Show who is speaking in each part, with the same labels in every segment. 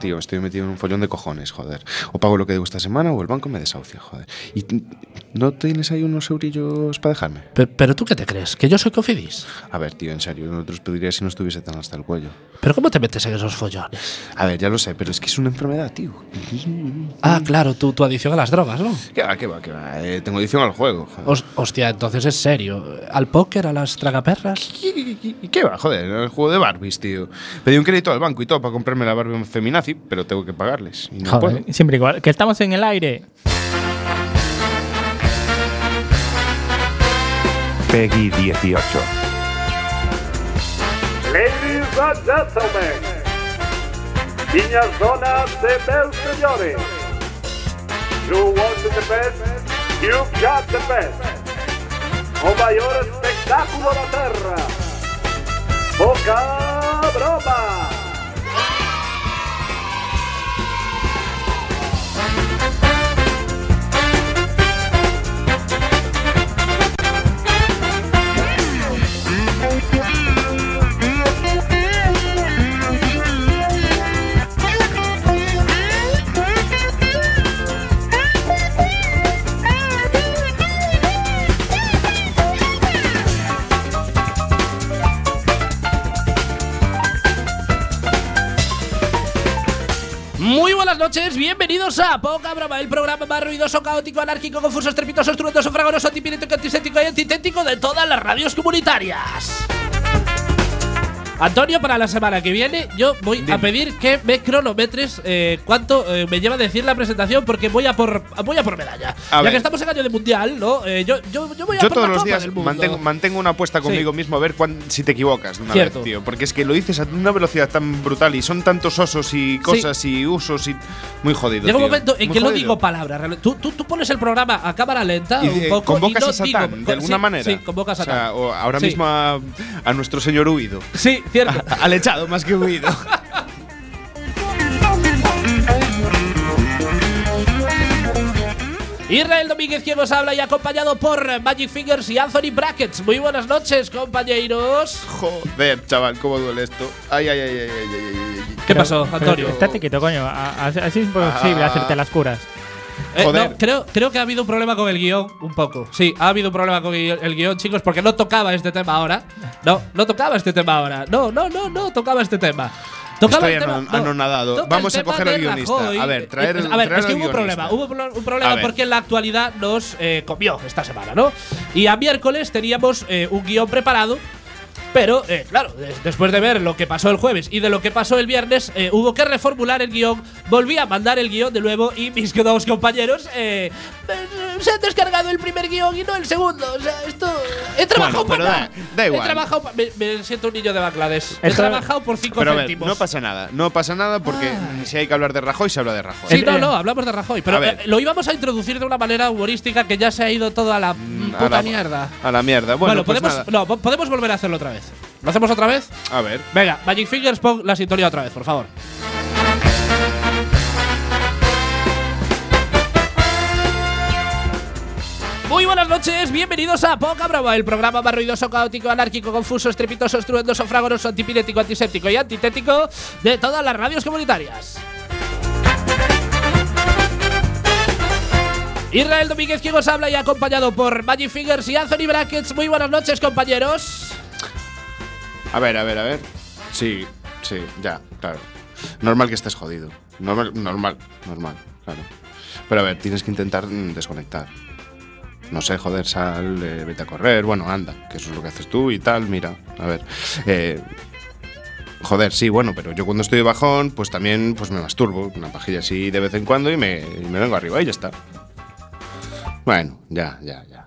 Speaker 1: Tío, estoy metido en un follón de cojones, joder. O pago lo que debo esta semana o el banco me desahucia, joder. ¿Y no tienes ahí unos eurillos para dejarme?
Speaker 2: Pero, pero, tú qué te crees? ¿Que yo soy cofidis?
Speaker 1: A ver, tío, en serio, no te los pediría si no estuviese tan hasta el cuello.
Speaker 2: ¿Pero cómo te metes en esos follones?
Speaker 1: A ver, ya lo sé, pero es que es una enfermedad, tío.
Speaker 2: Ah, claro, tu, tu adicción a las drogas, ¿no?
Speaker 1: Que va, que va, que va. Eh, tengo adicción al juego.
Speaker 2: Os, hostia, entonces es serio. ¿Al póker, a las tragaperras?
Speaker 1: ¿Qué, qué, qué va, joder? El juego de Barbies, tío. Pedí un crédito al banco y todo para comprarme la Barbie feminazi, pero tengo que pagarles. Y no Joder, puedo.
Speaker 3: Pues, Siempre igual. Que estamos en el aire.
Speaker 4: Peggy 18.
Speaker 5: Ladies and gentlemen, niñas, donas, bells, señores. You want the best, you've got the best. O mayor espectáculo de la tierra. Poca broma.
Speaker 2: noches, bienvenidos a Poca Broma, el programa más ruidoso, caótico, anárquico, confuso, estrepitoso, estruendoso, fragoroso, antipirético, antistético y antitético de todas las radios comunitarias. Antonio, para la semana que viene, yo voy Dime. a pedir que me cronometres eh, cuánto eh, me lleva a decir la presentación, porque voy a por, voy a por medalla. A ya ver. que estamos en año de mundial, ¿no? Eh, yo, yo, yo, voy a
Speaker 1: yo
Speaker 2: por
Speaker 1: todos
Speaker 2: la
Speaker 1: los
Speaker 2: Copa
Speaker 1: días
Speaker 2: del mundo.
Speaker 1: Mantengo, mantengo, una apuesta conmigo sí. mismo a ver cuán, si te equivocas de una Cierto. vez, tío. Porque es que lo dices a una velocidad tan brutal y son tantos osos y cosas sí. y usos y. Muy jodido.
Speaker 2: Llega un
Speaker 1: tío.
Speaker 2: momento en
Speaker 1: muy
Speaker 2: que
Speaker 1: jodido.
Speaker 2: no digo palabras. Tú, tú, tú, pones el programa a cámara lenta y, un poco.
Speaker 1: convocas
Speaker 2: y no
Speaker 1: a Satán,
Speaker 2: digo, pues
Speaker 1: de alguna
Speaker 2: sí,
Speaker 1: manera.
Speaker 2: Sí, convocas a
Speaker 1: o sea,
Speaker 2: Satán.
Speaker 1: o ahora
Speaker 2: Sí.
Speaker 1: mismo a, a nuestro señor huido.
Speaker 2: Sí, cierto.
Speaker 1: Al echado más que huido.
Speaker 2: Israel Domínguez quien nos habla y acompañado por Magic Fingers y Anthony Brackets. Muy buenas noches, compañeros.
Speaker 1: Joder, chaval, cómo duele esto. Ay, ay, ay, ay, ay, ay, ay, ay.
Speaker 2: ¿Qué pasó, Antonio?
Speaker 3: Estate quieto, coño. A- a- Así es imposible
Speaker 1: Ah.
Speaker 3: hacerte las curas.
Speaker 2: Eh,
Speaker 1: Joder.
Speaker 2: no, creo, creo que ha habido un problema con el guión, un poco. Sí, ha habido un problema con el el guión, chicos, porque no tocaba este tema ahora. No, no tocaba este tema ahora. No, no, no, no tocaba este tema. Tocaba
Speaker 1: Estoy
Speaker 2: el tema,
Speaker 1: anon-
Speaker 2: no,
Speaker 1: anonadado.
Speaker 2: toca el
Speaker 1: Vamos a
Speaker 2: tema
Speaker 1: coger
Speaker 2: de
Speaker 1: al guionista.
Speaker 2: Rajoy. Eh,
Speaker 1: A ver, traer el-
Speaker 2: A ver,
Speaker 1: traer
Speaker 2: es que
Speaker 1: al
Speaker 2: hubo un problema.
Speaker 1: guionista.
Speaker 2: Hubo pro- un problema
Speaker 1: A ver.
Speaker 2: porque la actualidad nos eh, comió esta semana, ¿no? Y a miércoles teníamos eh, un guión preparado. Pero, eh, claro, des- después de ver lo que pasó el jueves y de lo que pasó el viernes, eh, hubo que reformular el guión. Volví a mandar el guión de nuevo y mis dos compañeros eh, eh, se han descargado el primer guión y no el segundo. O sea, esto. He trabajado
Speaker 1: Bueno, pero
Speaker 2: para nada.
Speaker 1: da- da igual.
Speaker 2: He trabajado pa- me, me siento un niño de Bangladesh. He
Speaker 3: Esto-
Speaker 2: trabajado por 5
Speaker 1: Pero a ver,
Speaker 2: céntimos.
Speaker 1: no pasa nada. No pasa nada porque si hay que hablar de Rajoy, se habla de Rajoy.
Speaker 2: Ah. Sí,
Speaker 3: Eh,
Speaker 2: no,
Speaker 3: eh.
Speaker 2: no, hablamos de Rajoy. Pero
Speaker 1: A ver.
Speaker 2: eh, lo íbamos a introducir de una manera humorística que ya se ha ido toda la mm,
Speaker 1: Mm,
Speaker 2: puta
Speaker 1: a la-
Speaker 2: mierda.
Speaker 1: A la mierda. Bueno,
Speaker 2: Bueno,
Speaker 1: pues
Speaker 2: podemos,
Speaker 1: nada.
Speaker 2: no, po- podemos volver a hacerlo otra vez. ¿Lo hacemos otra vez?
Speaker 1: A ver.
Speaker 2: Venga, Magic Fingers, pon la sintonía otra vez, por favor. Muy buenas noches, bienvenidos a Poca Broma, el programa más ruidoso, caótico, anárquico, confuso, estrepitoso, estruendoso, fragoroso, antipirético, antiséptico y antitético de todas las radios comunitarias. Israel Domínguez, quien os habla y acompañado por Magic Fingers y Anthony Brackets. Muy buenas noches, compañeros.
Speaker 1: A ver, a ver, a ver. Sí, sí, ya, claro. Normal que estés jodido. Normal, normal, normal, claro. Pero a ver, tienes que intentar mm, desconectar. No sé, joder, sal, eh, vete a correr, bueno, anda, que eso es lo que haces tú y tal, mira, a ver. Eh, joder, sí, bueno, pero yo cuando estoy de bajón, pues también pues me masturbo, una pajilla así de vez en cuando y me, y me vengo arriba y ya está. Bueno, ya, ya, ya.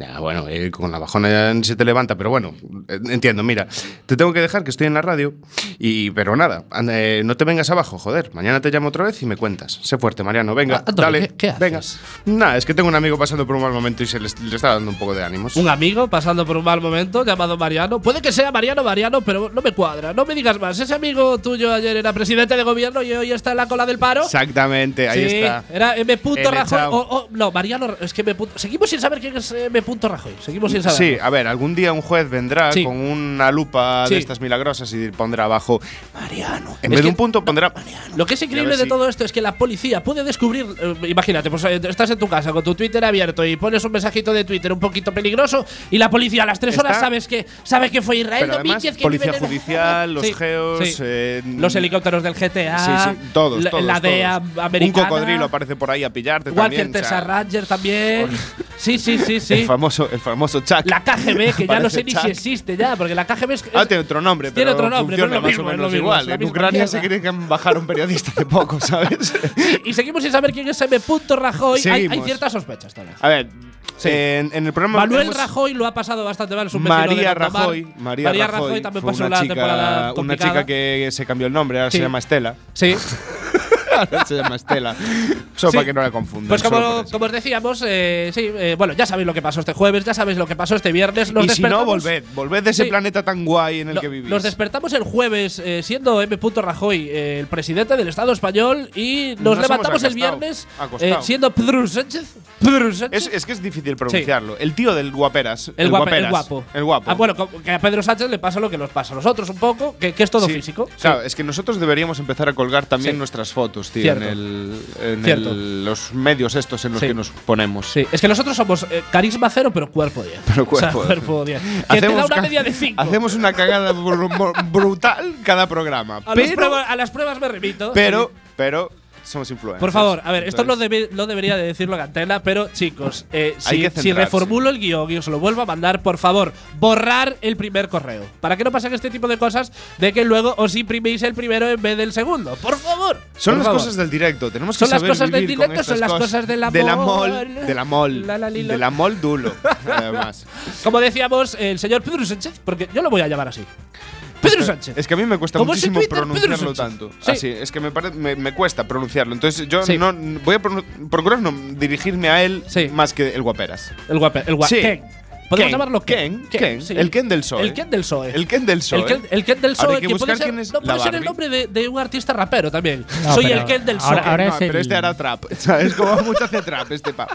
Speaker 1: Ya, bueno, eh, con la bajona ya ni se te levanta, pero bueno, eh, entiendo, mira, te tengo que dejar que estoy en la radio, y pero nada, anda, eh, no te vengas abajo, joder, mañana te llamo otra vez y me cuentas. Sé fuerte, Mariano, venga,
Speaker 2: Ah, Antonio,
Speaker 1: dale,
Speaker 2: ¿qué- qué haces?
Speaker 1: venga. Nada, es que tengo un amigo pasando por un mal momento y se le, le está dando un poco de ánimos.
Speaker 2: Un amigo pasando por un mal momento llamado Mariano. Puede que sea Mariano Mariano, pero no me cuadra. No me digas más. Ese amigo tuyo ayer era presidente de gobierno y hoy está en la cola del paro.
Speaker 1: Exactamente, ahí
Speaker 2: sí, eh,
Speaker 1: está.
Speaker 2: Era M.
Speaker 1: El
Speaker 2: Rajoy.
Speaker 1: echao.
Speaker 2: o- o- no, Mariano, es que me Seguimos sin saber quién es M. punto Rajoy. Seguimos sin saberlo.
Speaker 1: Sí, a ver, algún día un juez vendrá
Speaker 2: Sí.
Speaker 1: con una lupa
Speaker 2: Sí.
Speaker 1: de estas milagrosas y pondrá abajo Mariano. En
Speaker 2: Es
Speaker 1: vez
Speaker 2: que-
Speaker 1: de un punto pondrá
Speaker 2: Lo que es
Speaker 1: Y a
Speaker 2: increíble
Speaker 1: ver
Speaker 2: de
Speaker 1: si-
Speaker 2: todo esto es que la policía puede descubrir, eh, imagínate, pues eh, estás en tu casa con tu Twitter abierto y pones un mensajito de Twitter un poquito peligroso y la policía a las tres
Speaker 1: Está-
Speaker 2: horas sabes que sabe que fue Israel
Speaker 1: Pero además,
Speaker 2: Domínguez que
Speaker 1: policía
Speaker 2: vive en-
Speaker 1: judicial, los
Speaker 2: Sí,
Speaker 1: geos,
Speaker 2: sí.
Speaker 1: eh,
Speaker 2: los helicópteros del GTA,
Speaker 1: Sí, sí, todos,
Speaker 2: la,
Speaker 1: todos,
Speaker 2: la DEA
Speaker 1: todos.
Speaker 2: americana,
Speaker 1: Un cocodrilo aparece por ahí a pillarte
Speaker 2: Walker
Speaker 1: también. o
Speaker 2: Texas
Speaker 1: sea,
Speaker 2: Ranger también. sí, sí, sí, sí.
Speaker 1: El famoso, el famoso Chuck.
Speaker 2: La KGB, que ya no sé
Speaker 1: Aparece
Speaker 2: ni
Speaker 1: Chuck.
Speaker 2: si existe ya, porque la KGB es.
Speaker 1: Ah, tiene otro nombre,
Speaker 2: Tiene
Speaker 1: pero
Speaker 2: otro nombre, pero
Speaker 1: funciona
Speaker 2: es lo
Speaker 1: más
Speaker 2: mismo,
Speaker 1: o
Speaker 2: es
Speaker 1: menos
Speaker 2: lo mismo, es
Speaker 1: igual.
Speaker 2: la
Speaker 1: En
Speaker 2: misma
Speaker 1: Ucrania se
Speaker 2: mierda.
Speaker 1: cree que han bajado un periodista hace poco, ¿sabes?
Speaker 2: Y seguimos sin saber quién es M. Rajoy. Hay- Hay,
Speaker 1: Seguimos.
Speaker 2: ciertas sospechas también.
Speaker 1: A ver, en, en el programa…
Speaker 2: Manuel
Speaker 1: hemos-
Speaker 2: Rajoy lo ha pasado bastante mal. Es un vecino de
Speaker 1: María
Speaker 2: Gondomar.
Speaker 1: Rajoy, María,
Speaker 2: Rajoy, también
Speaker 1: fue
Speaker 2: pasó
Speaker 1: una
Speaker 2: la
Speaker 1: chica,
Speaker 2: temporada
Speaker 1: Una
Speaker 2: complicada.
Speaker 1: chica que se cambió el nombre, ahora
Speaker 2: Sí.
Speaker 1: se llama Estela.
Speaker 2: Sí.
Speaker 1: ahora se llama Estela. Solo
Speaker 2: Sí.
Speaker 1: para que no la confundan.
Speaker 2: Pues
Speaker 1: solo por
Speaker 2: como,
Speaker 1: eso.
Speaker 2: como os decíamos, eh, sí, eh, bueno, ya sabéis lo que pasó este jueves, ya sabéis lo que pasó este viernes. Nos
Speaker 1: y si no,
Speaker 2: despertamos-
Speaker 1: volved. Volved de ese
Speaker 2: Sí.
Speaker 1: planeta tan guay en el
Speaker 2: No,
Speaker 1: que vivís.
Speaker 2: Nos despertamos el jueves eh, siendo M. Rajoy eh, el presidente del Estado español y nos,
Speaker 1: Nos
Speaker 2: levantamos
Speaker 1: hemos
Speaker 2: el
Speaker 1: acostado,
Speaker 2: viernes
Speaker 1: acostado.
Speaker 2: eh, siendo Pedro Sánchez. Pedro Sánchez.
Speaker 1: Es, es que es difícil pronunciarlo. El tío del guaperas.
Speaker 2: el, guapa- el
Speaker 1: guaperas,
Speaker 2: guapo.
Speaker 1: El guapo.
Speaker 2: Ah, bueno, como que a Pedro Sánchez le pasa lo que nos pasa a nosotros un poco, que, que es todo
Speaker 1: Sí.
Speaker 2: físico.
Speaker 1: Claro, es que nosotros deberíamos empezar a colgar también
Speaker 2: Sí.
Speaker 1: nuestras fotos, tío,
Speaker 2: Cierto.
Speaker 1: en, el, en
Speaker 2: Cierto.
Speaker 1: el- los medios estos en los
Speaker 2: Sí.
Speaker 1: que nos ponemos.
Speaker 2: Sí, es que nosotros somos eh, carisma cero, pero cuerpo 10.
Speaker 1: Pero cuerpo
Speaker 2: o sea,
Speaker 1: 10.
Speaker 2: cuerpo 10. Que te da una
Speaker 1: ca-
Speaker 2: media de 5.
Speaker 1: Hacemos una cagada br- br- brutal cada programa.
Speaker 2: a, las
Speaker 1: pero,
Speaker 2: pruebas, a las pruebas me remito.
Speaker 1: pero, pero somos influencers.
Speaker 2: Por favor, a ver, esto no,
Speaker 1: Entonces,
Speaker 2: debe- no debería de decirlo Cantela, pero chicos, eh,
Speaker 1: Hay
Speaker 2: si,
Speaker 1: que
Speaker 2: si
Speaker 1: centrarse.
Speaker 2: reformulo el guión y os lo vuelvo a mandar, por favor, borrar el primer correo. Para que no pasen este tipo de cosas de que luego os imprimís el primero en vez del segundo. Por favor.
Speaker 1: Son
Speaker 2: por
Speaker 1: las
Speaker 2: favor.
Speaker 1: cosas del directo, tenemos que
Speaker 2: Son las
Speaker 1: saber
Speaker 2: cosas del
Speaker 1: vivir con
Speaker 2: directo, son
Speaker 1: estas
Speaker 2: las cosas del amor.
Speaker 1: Del amor, del amor,
Speaker 2: La, la, li, la.
Speaker 1: del amor duro, además.
Speaker 2: Como decíamos, el señor Pedro Sánchez, porque yo lo voy a llamar así. Pedro Sánchez.
Speaker 1: Es que a mí me cuesta
Speaker 2: Como si
Speaker 1: muchísimo
Speaker 2: Twitter,
Speaker 1: pronunciarlo
Speaker 2: Pedro Sánchez.
Speaker 1: tanto.
Speaker 2: Sí.
Speaker 1: Así, es que me, pare- me, me cuesta pronunciarlo. Entonces yo
Speaker 2: Sí.
Speaker 1: no n- voy a pronun- procurar no dirigirme a él
Speaker 2: Sí.
Speaker 1: más que el guaperas.
Speaker 2: El guapo, el guapo.
Speaker 1: Sí.
Speaker 2: Ken. Podemos
Speaker 1: Ken,
Speaker 2: llamarlo Ken.
Speaker 1: Ken, Ken, el Ken del PSOE.
Speaker 2: El Ken del PSOE.
Speaker 1: El Ken del PSOE.
Speaker 2: El Ken, el Ken del
Speaker 1: Ahora
Speaker 2: PSOE.
Speaker 1: hay que
Speaker 2: que puede
Speaker 1: buscar
Speaker 2: ser,
Speaker 1: quién es
Speaker 2: no
Speaker 1: la
Speaker 2: puede ser el
Speaker 1: Barbie.
Speaker 2: nombre de, de un artista rapero también.
Speaker 3: No,
Speaker 2: Soy
Speaker 3: pero
Speaker 2: el Ken del PSOE.
Speaker 3: ahora- ahora
Speaker 1: No,
Speaker 3: es
Speaker 1: pero
Speaker 3: el-
Speaker 1: este hará trap, ¿sabes? Como mucho hace trap este pa.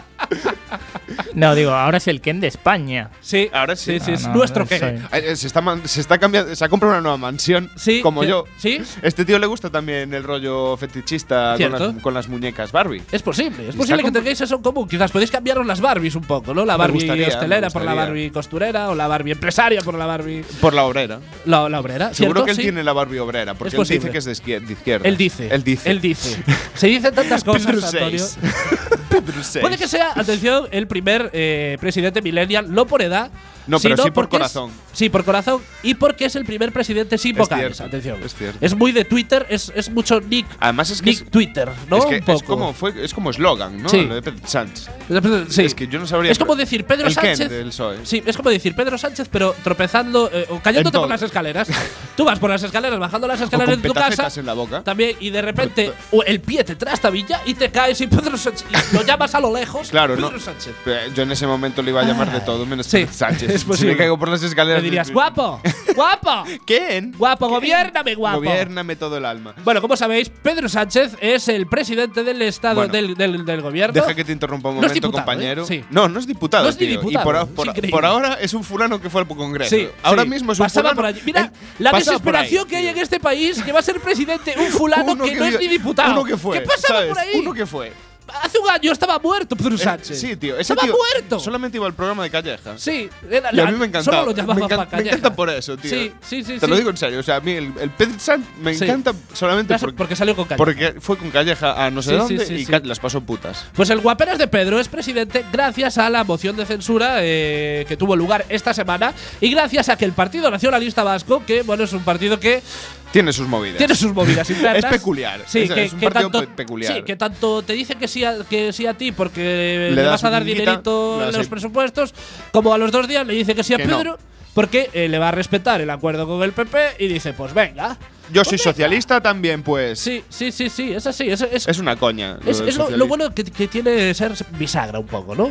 Speaker 3: No, digo, ahora es el Ken de España.
Speaker 2: sí,
Speaker 1: ahora sí.
Speaker 2: sí,
Speaker 3: No,
Speaker 2: es
Speaker 3: no,
Speaker 2: nuestro
Speaker 3: no
Speaker 2: Ken.
Speaker 3: soy.
Speaker 1: Ay, eh, Se está, man- se está cambiando, se ha comprado una nueva mansión,
Speaker 2: Sí,
Speaker 1: como
Speaker 2: que-
Speaker 1: yo.
Speaker 2: sí.
Speaker 1: Este tío le gusta también el rollo fetichista con
Speaker 2: Cierto.
Speaker 1: las, con las muñecas Barbie.
Speaker 2: Es posible, es
Speaker 1: Está
Speaker 2: posible que
Speaker 1: compl-
Speaker 2: tengáis eso en común. Quizás podéis cambiaros las Barbies un poco, ¿no? La
Speaker 1: Me
Speaker 2: Barbie
Speaker 1: gustaría, me
Speaker 2: hostelera por la
Speaker 1: gustaría.
Speaker 2: Barbie costurera o la Barbie empresaria por la Barbie.
Speaker 1: Por la obrera.
Speaker 2: La, la obrera.
Speaker 1: Seguro
Speaker 2: ¿cierto?
Speaker 1: que él
Speaker 2: Sí.
Speaker 1: tiene la Barbie obrera, porque
Speaker 2: Es
Speaker 1: él dice
Speaker 2: posible.
Speaker 1: que es de izquier- de izquierda.
Speaker 2: Él dice.
Speaker 1: Él dice.
Speaker 2: Él dice. Se dicen tantas cosas,
Speaker 1: Pedro
Speaker 2: Antonio.
Speaker 1: seis. Pedro seis.
Speaker 2: Puede que sea, atención, el primer eh, presidente millennial, no por edad.
Speaker 1: No, pero
Speaker 2: sino
Speaker 1: sí por
Speaker 2: porque es-
Speaker 1: corazón.
Speaker 2: sí, por corazón. Y porque es el primer presidente sin
Speaker 1: Es
Speaker 2: vocales.
Speaker 1: cierto,
Speaker 2: atención.
Speaker 1: es cierto.
Speaker 2: muy de Twitter, es, es mucho Nick.
Speaker 1: Además es que
Speaker 2: Nick
Speaker 1: es-
Speaker 2: Twitter, ¿no?
Speaker 1: es, que
Speaker 2: Un poco.
Speaker 1: es como fue, es como eslogan, ¿no?
Speaker 2: Sí.
Speaker 1: Lo de Pedro Sánchez.
Speaker 2: Sí.
Speaker 1: Es que yo no sabría.
Speaker 2: Es como decir Pedro
Speaker 1: el Ken
Speaker 2: Sánchez.
Speaker 1: del PSOE.
Speaker 2: Sí, es como decir Pedro Sánchez, pero tropezando eh, o cayéndote
Speaker 1: En todo.
Speaker 2: por las escaleras. Tú vas por las escaleras, bajando las escaleras
Speaker 1: con
Speaker 2: de tu casa.
Speaker 1: petacetas en la boca.
Speaker 2: También, y de repente o el pie te trae esta villa y te caes y Pedro Sánchez. Lo llamas a lo lejos.
Speaker 1: Claro,
Speaker 2: Pedro
Speaker 1: no.
Speaker 2: Sánchez.
Speaker 1: Eh, Yo en ese momento le iba a llamar de todo menos
Speaker 2: Ah, Sí,
Speaker 1: Pedro Sánchez.
Speaker 2: es
Speaker 1: Si
Speaker 2: posible.
Speaker 1: me caigo por las
Speaker 2: Le
Speaker 1: escaleras.
Speaker 2: dirías, guapo, guapo.
Speaker 1: ¿Quién?
Speaker 2: Guapo,
Speaker 1: ¿Quién?
Speaker 2: gobiérname, guapo.
Speaker 1: Gobiérname todo el alma.
Speaker 2: Bueno, como sabéis, Pedro Sánchez es el presidente del Estado
Speaker 1: Bueno,
Speaker 2: del, del- del gobierno.
Speaker 1: Deja que te interrumpa un
Speaker 2: No es
Speaker 1: momento,
Speaker 2: diputado,
Speaker 1: compañero.
Speaker 2: ¿eh? Sí.
Speaker 1: No, no es diputado.
Speaker 2: No es ni
Speaker 1: tío.
Speaker 2: diputado,
Speaker 1: Y por, a-
Speaker 2: es
Speaker 1: por a-
Speaker 2: increíble.
Speaker 1: por ahora es un fulano que fue al Congreso.
Speaker 2: Sí,
Speaker 1: ahora
Speaker 2: sí.
Speaker 1: mismo es un
Speaker 2: Pasaba
Speaker 1: fulano.
Speaker 2: por allí. Mira,
Speaker 1: Él
Speaker 2: la
Speaker 1: pasaba por ahí,
Speaker 2: desesperación que hay
Speaker 1: tío.
Speaker 2: en este país que va a ser presidente un fulano
Speaker 1: Uno
Speaker 2: que, no es
Speaker 1: vive-
Speaker 2: ni diputado.
Speaker 1: Uno que fue.
Speaker 2: ¿Qué pasaba
Speaker 1: ¿sabes?
Speaker 2: por ahí?
Speaker 1: Uno que fue.
Speaker 2: Hace un año estaba muerto Pedro
Speaker 1: Eh,
Speaker 2: Sánchez.
Speaker 1: Sí, tío. Ese
Speaker 2: Estaba
Speaker 1: tío
Speaker 2: muerto.
Speaker 1: Solamente iba al programa de Calleja.
Speaker 2: sí, era-
Speaker 1: Y a mí me encantaba.
Speaker 2: Solo lo llamaba
Speaker 1: me, encan-
Speaker 2: pa'
Speaker 1: me
Speaker 2: Calleja.
Speaker 1: encanta por eso, tío.
Speaker 2: Sí, sí, sí.
Speaker 1: Te
Speaker 2: sí.
Speaker 1: lo digo en serio. O sea, a mí el, el Pedro Sánchez me
Speaker 2: Sí.
Speaker 1: encanta solamente
Speaker 2: Gracias
Speaker 1: porque,
Speaker 2: porque salió con Calleja.
Speaker 1: porque fue con Calleja a no sé
Speaker 2: Sí, sí,
Speaker 1: dónde
Speaker 2: sí,
Speaker 1: y
Speaker 2: sí.
Speaker 1: ca- las pasó putas.
Speaker 2: Pues el guaperas de Pedro es presidente gracias a la moción de censura eh, que tuvo lugar esta semana y gracias a que el Partido Nacionalista Vasco, que bueno, es un partido que
Speaker 1: Tiene sus movidas.
Speaker 2: tiene sus movidas internas.
Speaker 1: Es peculiar.
Speaker 2: Sí,
Speaker 1: Es-
Speaker 2: que,
Speaker 1: es un
Speaker 2: que
Speaker 1: partido
Speaker 2: tanto,
Speaker 1: pe- peculiar.
Speaker 2: Sí, que tanto te dice que sí a, que sí a ti porque le,
Speaker 1: Le das
Speaker 2: vas a dar
Speaker 1: un guita,
Speaker 2: dinerito
Speaker 1: le
Speaker 2: en
Speaker 1: das
Speaker 2: los
Speaker 1: ahí.
Speaker 2: presupuestos, como a los dos días le dice que sí a
Speaker 1: Que no.
Speaker 2: Pedro porque eh, le va a respetar el acuerdo con el PP y dice, pues venga.
Speaker 1: Yo soy socialista también, pues.
Speaker 2: Sí, sí, sí, sí, es así. Es, es-
Speaker 1: Es una coña.
Speaker 2: es-
Speaker 1: del
Speaker 2: es lo, lo
Speaker 1: socialismo.
Speaker 2: bueno que, que tiene ser bisagra un poco, ¿no?